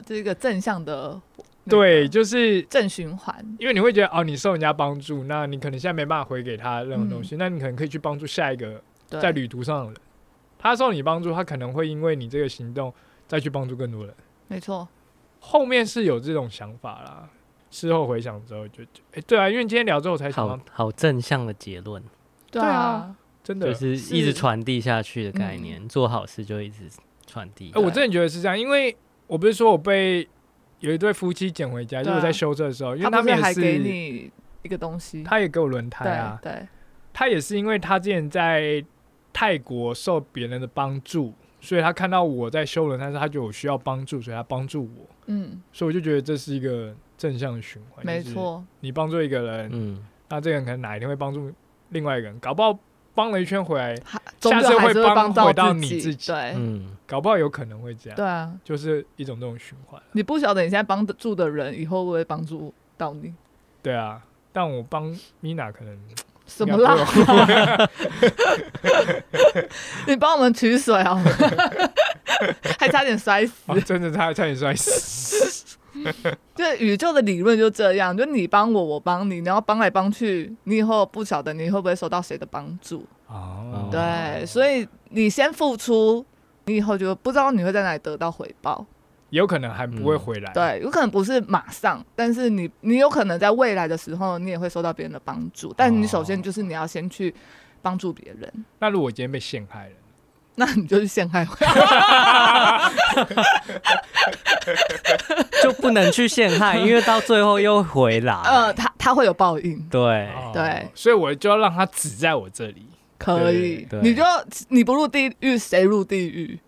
[SPEAKER 1] 这是一个正向的那
[SPEAKER 2] 对，
[SPEAKER 1] 个
[SPEAKER 2] 就是
[SPEAKER 1] 正循环，
[SPEAKER 2] 因为你会觉得哦，你受人家帮助，那你可能现在没办法回给他任何东西，那你可能可以去帮助下一个
[SPEAKER 1] 对，
[SPEAKER 2] 在旅途上的人。他受你帮助，他可能会因为你这个行动再去帮助更多人。
[SPEAKER 1] 没错，
[SPEAKER 2] 后面是有这种想法啦，事后回想之后就，就哎、对啊，因为今天聊之后才想
[SPEAKER 3] 好
[SPEAKER 2] 到，
[SPEAKER 3] 好正向的结论，
[SPEAKER 1] 对
[SPEAKER 2] 对啊，嗯真的，
[SPEAKER 3] 就
[SPEAKER 2] 哎、
[SPEAKER 3] 是
[SPEAKER 1] 是
[SPEAKER 3] 一直传递下去的概念，做好事就一直传递。
[SPEAKER 2] 我真的觉得是这样，因为我不是说我被有一对夫妻捡回家，
[SPEAKER 1] 对啊
[SPEAKER 2] 就是我在修车的时候，因为
[SPEAKER 1] 他不
[SPEAKER 2] 们
[SPEAKER 1] 是
[SPEAKER 2] 也
[SPEAKER 1] 还给
[SPEAKER 2] 是，
[SPEAKER 1] 你一个东西，
[SPEAKER 2] 他也给我轮胎啊，
[SPEAKER 1] 对对，
[SPEAKER 2] 他也是因为他之前在泰国受别人的帮助，所以他看到我在修轮胎时，他觉得我需要帮助，所以他帮助我，
[SPEAKER 1] 嗯，
[SPEAKER 2] 所以我就觉得这是一个正向的循环。
[SPEAKER 1] 没
[SPEAKER 2] 就是
[SPEAKER 1] 错，
[SPEAKER 2] 你帮助一个人，
[SPEAKER 3] 嗯，
[SPEAKER 2] 那这个人可能哪一天会帮助另外一个人，搞不好帮了一圈回来，
[SPEAKER 1] 还
[SPEAKER 2] 下
[SPEAKER 1] 终
[SPEAKER 2] 次
[SPEAKER 1] 究还
[SPEAKER 2] 会
[SPEAKER 1] 是
[SPEAKER 2] 帮
[SPEAKER 1] 帮
[SPEAKER 2] 回到你
[SPEAKER 1] 自
[SPEAKER 2] 自己
[SPEAKER 1] 对、
[SPEAKER 3] 嗯，
[SPEAKER 2] 搞不好有可能会这样，
[SPEAKER 1] 对啊，
[SPEAKER 2] 就是一种这种循环。
[SPEAKER 1] 你不晓得你现在帮得助的人以后会不会帮助到你，
[SPEAKER 2] 对啊，但我帮米娜可能
[SPEAKER 1] 什么啦？？
[SPEAKER 2] 应该不会
[SPEAKER 1] 你帮我们取水啊， 还差点摔死。
[SPEAKER 2] 哦真的差差点摔死。
[SPEAKER 1] 就是宇宙的理论就这样，就你帮我，我帮你，然后帮来帮去，你以后不晓得你会不会受到谁的帮助。
[SPEAKER 2] 哦
[SPEAKER 1] 对，所以你先付出，你以后就不知道你会在哪里得到回报。
[SPEAKER 2] 有可能还不会回来。，
[SPEAKER 1] 嗯对，有可能不是马上，但是你你有可能在未来的时候，你也会受到别人的帮助。但你
[SPEAKER 2] 哦
[SPEAKER 1] 首先就是你要先去帮助别人，
[SPEAKER 2] 那如果我今天被陷害了，
[SPEAKER 1] 那你就是陷害我。
[SPEAKER 3] 就不能去陷 害，因为到最后又回来。
[SPEAKER 1] 呃，他他会有报应。
[SPEAKER 3] 对，
[SPEAKER 2] 哦
[SPEAKER 1] 对，
[SPEAKER 2] 所以我就要让他只在我这里，
[SPEAKER 1] 可以
[SPEAKER 3] 对对，
[SPEAKER 1] 你就你不入地狱，谁入地狱？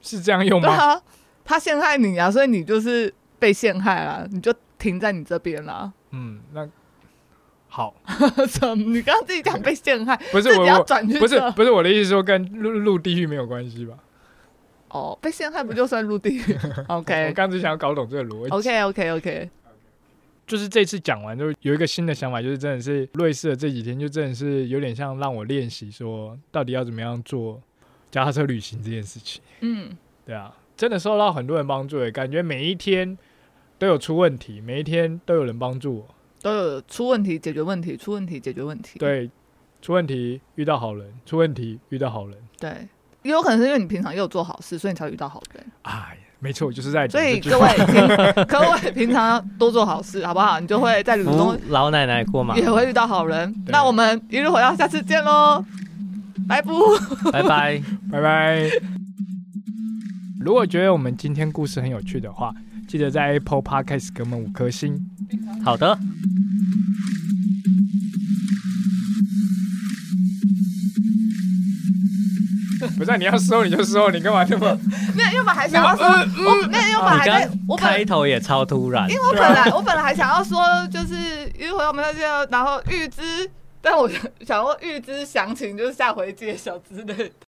[SPEAKER 2] 是这样用
[SPEAKER 1] 对
[SPEAKER 2] 哦吗？
[SPEAKER 1] 啊，他陷害你啊，所以你就是被陷害啦，你就停在你这边 啦。
[SPEAKER 2] 嗯，那好，
[SPEAKER 1] 怎么？你刚刚自己讲被陷害，
[SPEAKER 2] 不是
[SPEAKER 1] 自己
[SPEAKER 2] 我
[SPEAKER 1] 要
[SPEAKER 2] 我
[SPEAKER 1] 转去
[SPEAKER 2] 不是
[SPEAKER 1] 这
[SPEAKER 2] 不是我的意思，说跟入入地狱没有关系吧？
[SPEAKER 1] 哦，被陷害不就算入地 狱
[SPEAKER 2] 我
[SPEAKER 1] ？OK
[SPEAKER 2] 刚只想要搞懂这个逻辑。
[SPEAKER 1] OK OK OK，
[SPEAKER 2] 就是这次讲完之后，有一个新的想法，就是真的是瑞士的这几天，就真的是有点像让我练习说，到底要怎么样做脚踏车旅行这件事情。
[SPEAKER 1] 嗯，
[SPEAKER 2] 对啊，真的受到很多人帮助，感觉每一天都有出问题，每一天都有人帮助我。
[SPEAKER 1] 都有出问题解决问题，出问题解决问题。
[SPEAKER 2] 对，出问题遇到好人，出问题遇到好人。
[SPEAKER 1] 对，也有可能是因为你平常也有做好事，所以你才会遇到好人。
[SPEAKER 2] 哎，没错，就是在
[SPEAKER 1] 所
[SPEAKER 2] 讲
[SPEAKER 1] 以
[SPEAKER 2] 这句
[SPEAKER 1] 各位平 各位平常要多做好事，好不好？你就会在旅途
[SPEAKER 3] 扶
[SPEAKER 1] 中
[SPEAKER 3] 嗯老奶奶 过马
[SPEAKER 1] 也
[SPEAKER 3] 路，
[SPEAKER 1] 会遇到好人。
[SPEAKER 2] 对
[SPEAKER 1] 那我们一日火药，下次见喽，拜拜。
[SPEAKER 3] 拜拜。
[SPEAKER 2] 拜拜。如果觉得我们今天故事很有趣的话，记得在 Apple Podcast 给我们五颗星。
[SPEAKER 3] 好的。
[SPEAKER 2] 不是啊、你要收你就收，你干嘛那么？
[SPEAKER 1] 没有，因为我还想要说，我没有，因为我
[SPEAKER 3] 你
[SPEAKER 1] 还在，我
[SPEAKER 3] 刚
[SPEAKER 1] 本来
[SPEAKER 3] 开头也超突然，
[SPEAKER 1] 因为我本来我本来还想要说，就是因为回我们那些，然后预知，但我想说预知详情就是下回揭晓之类的。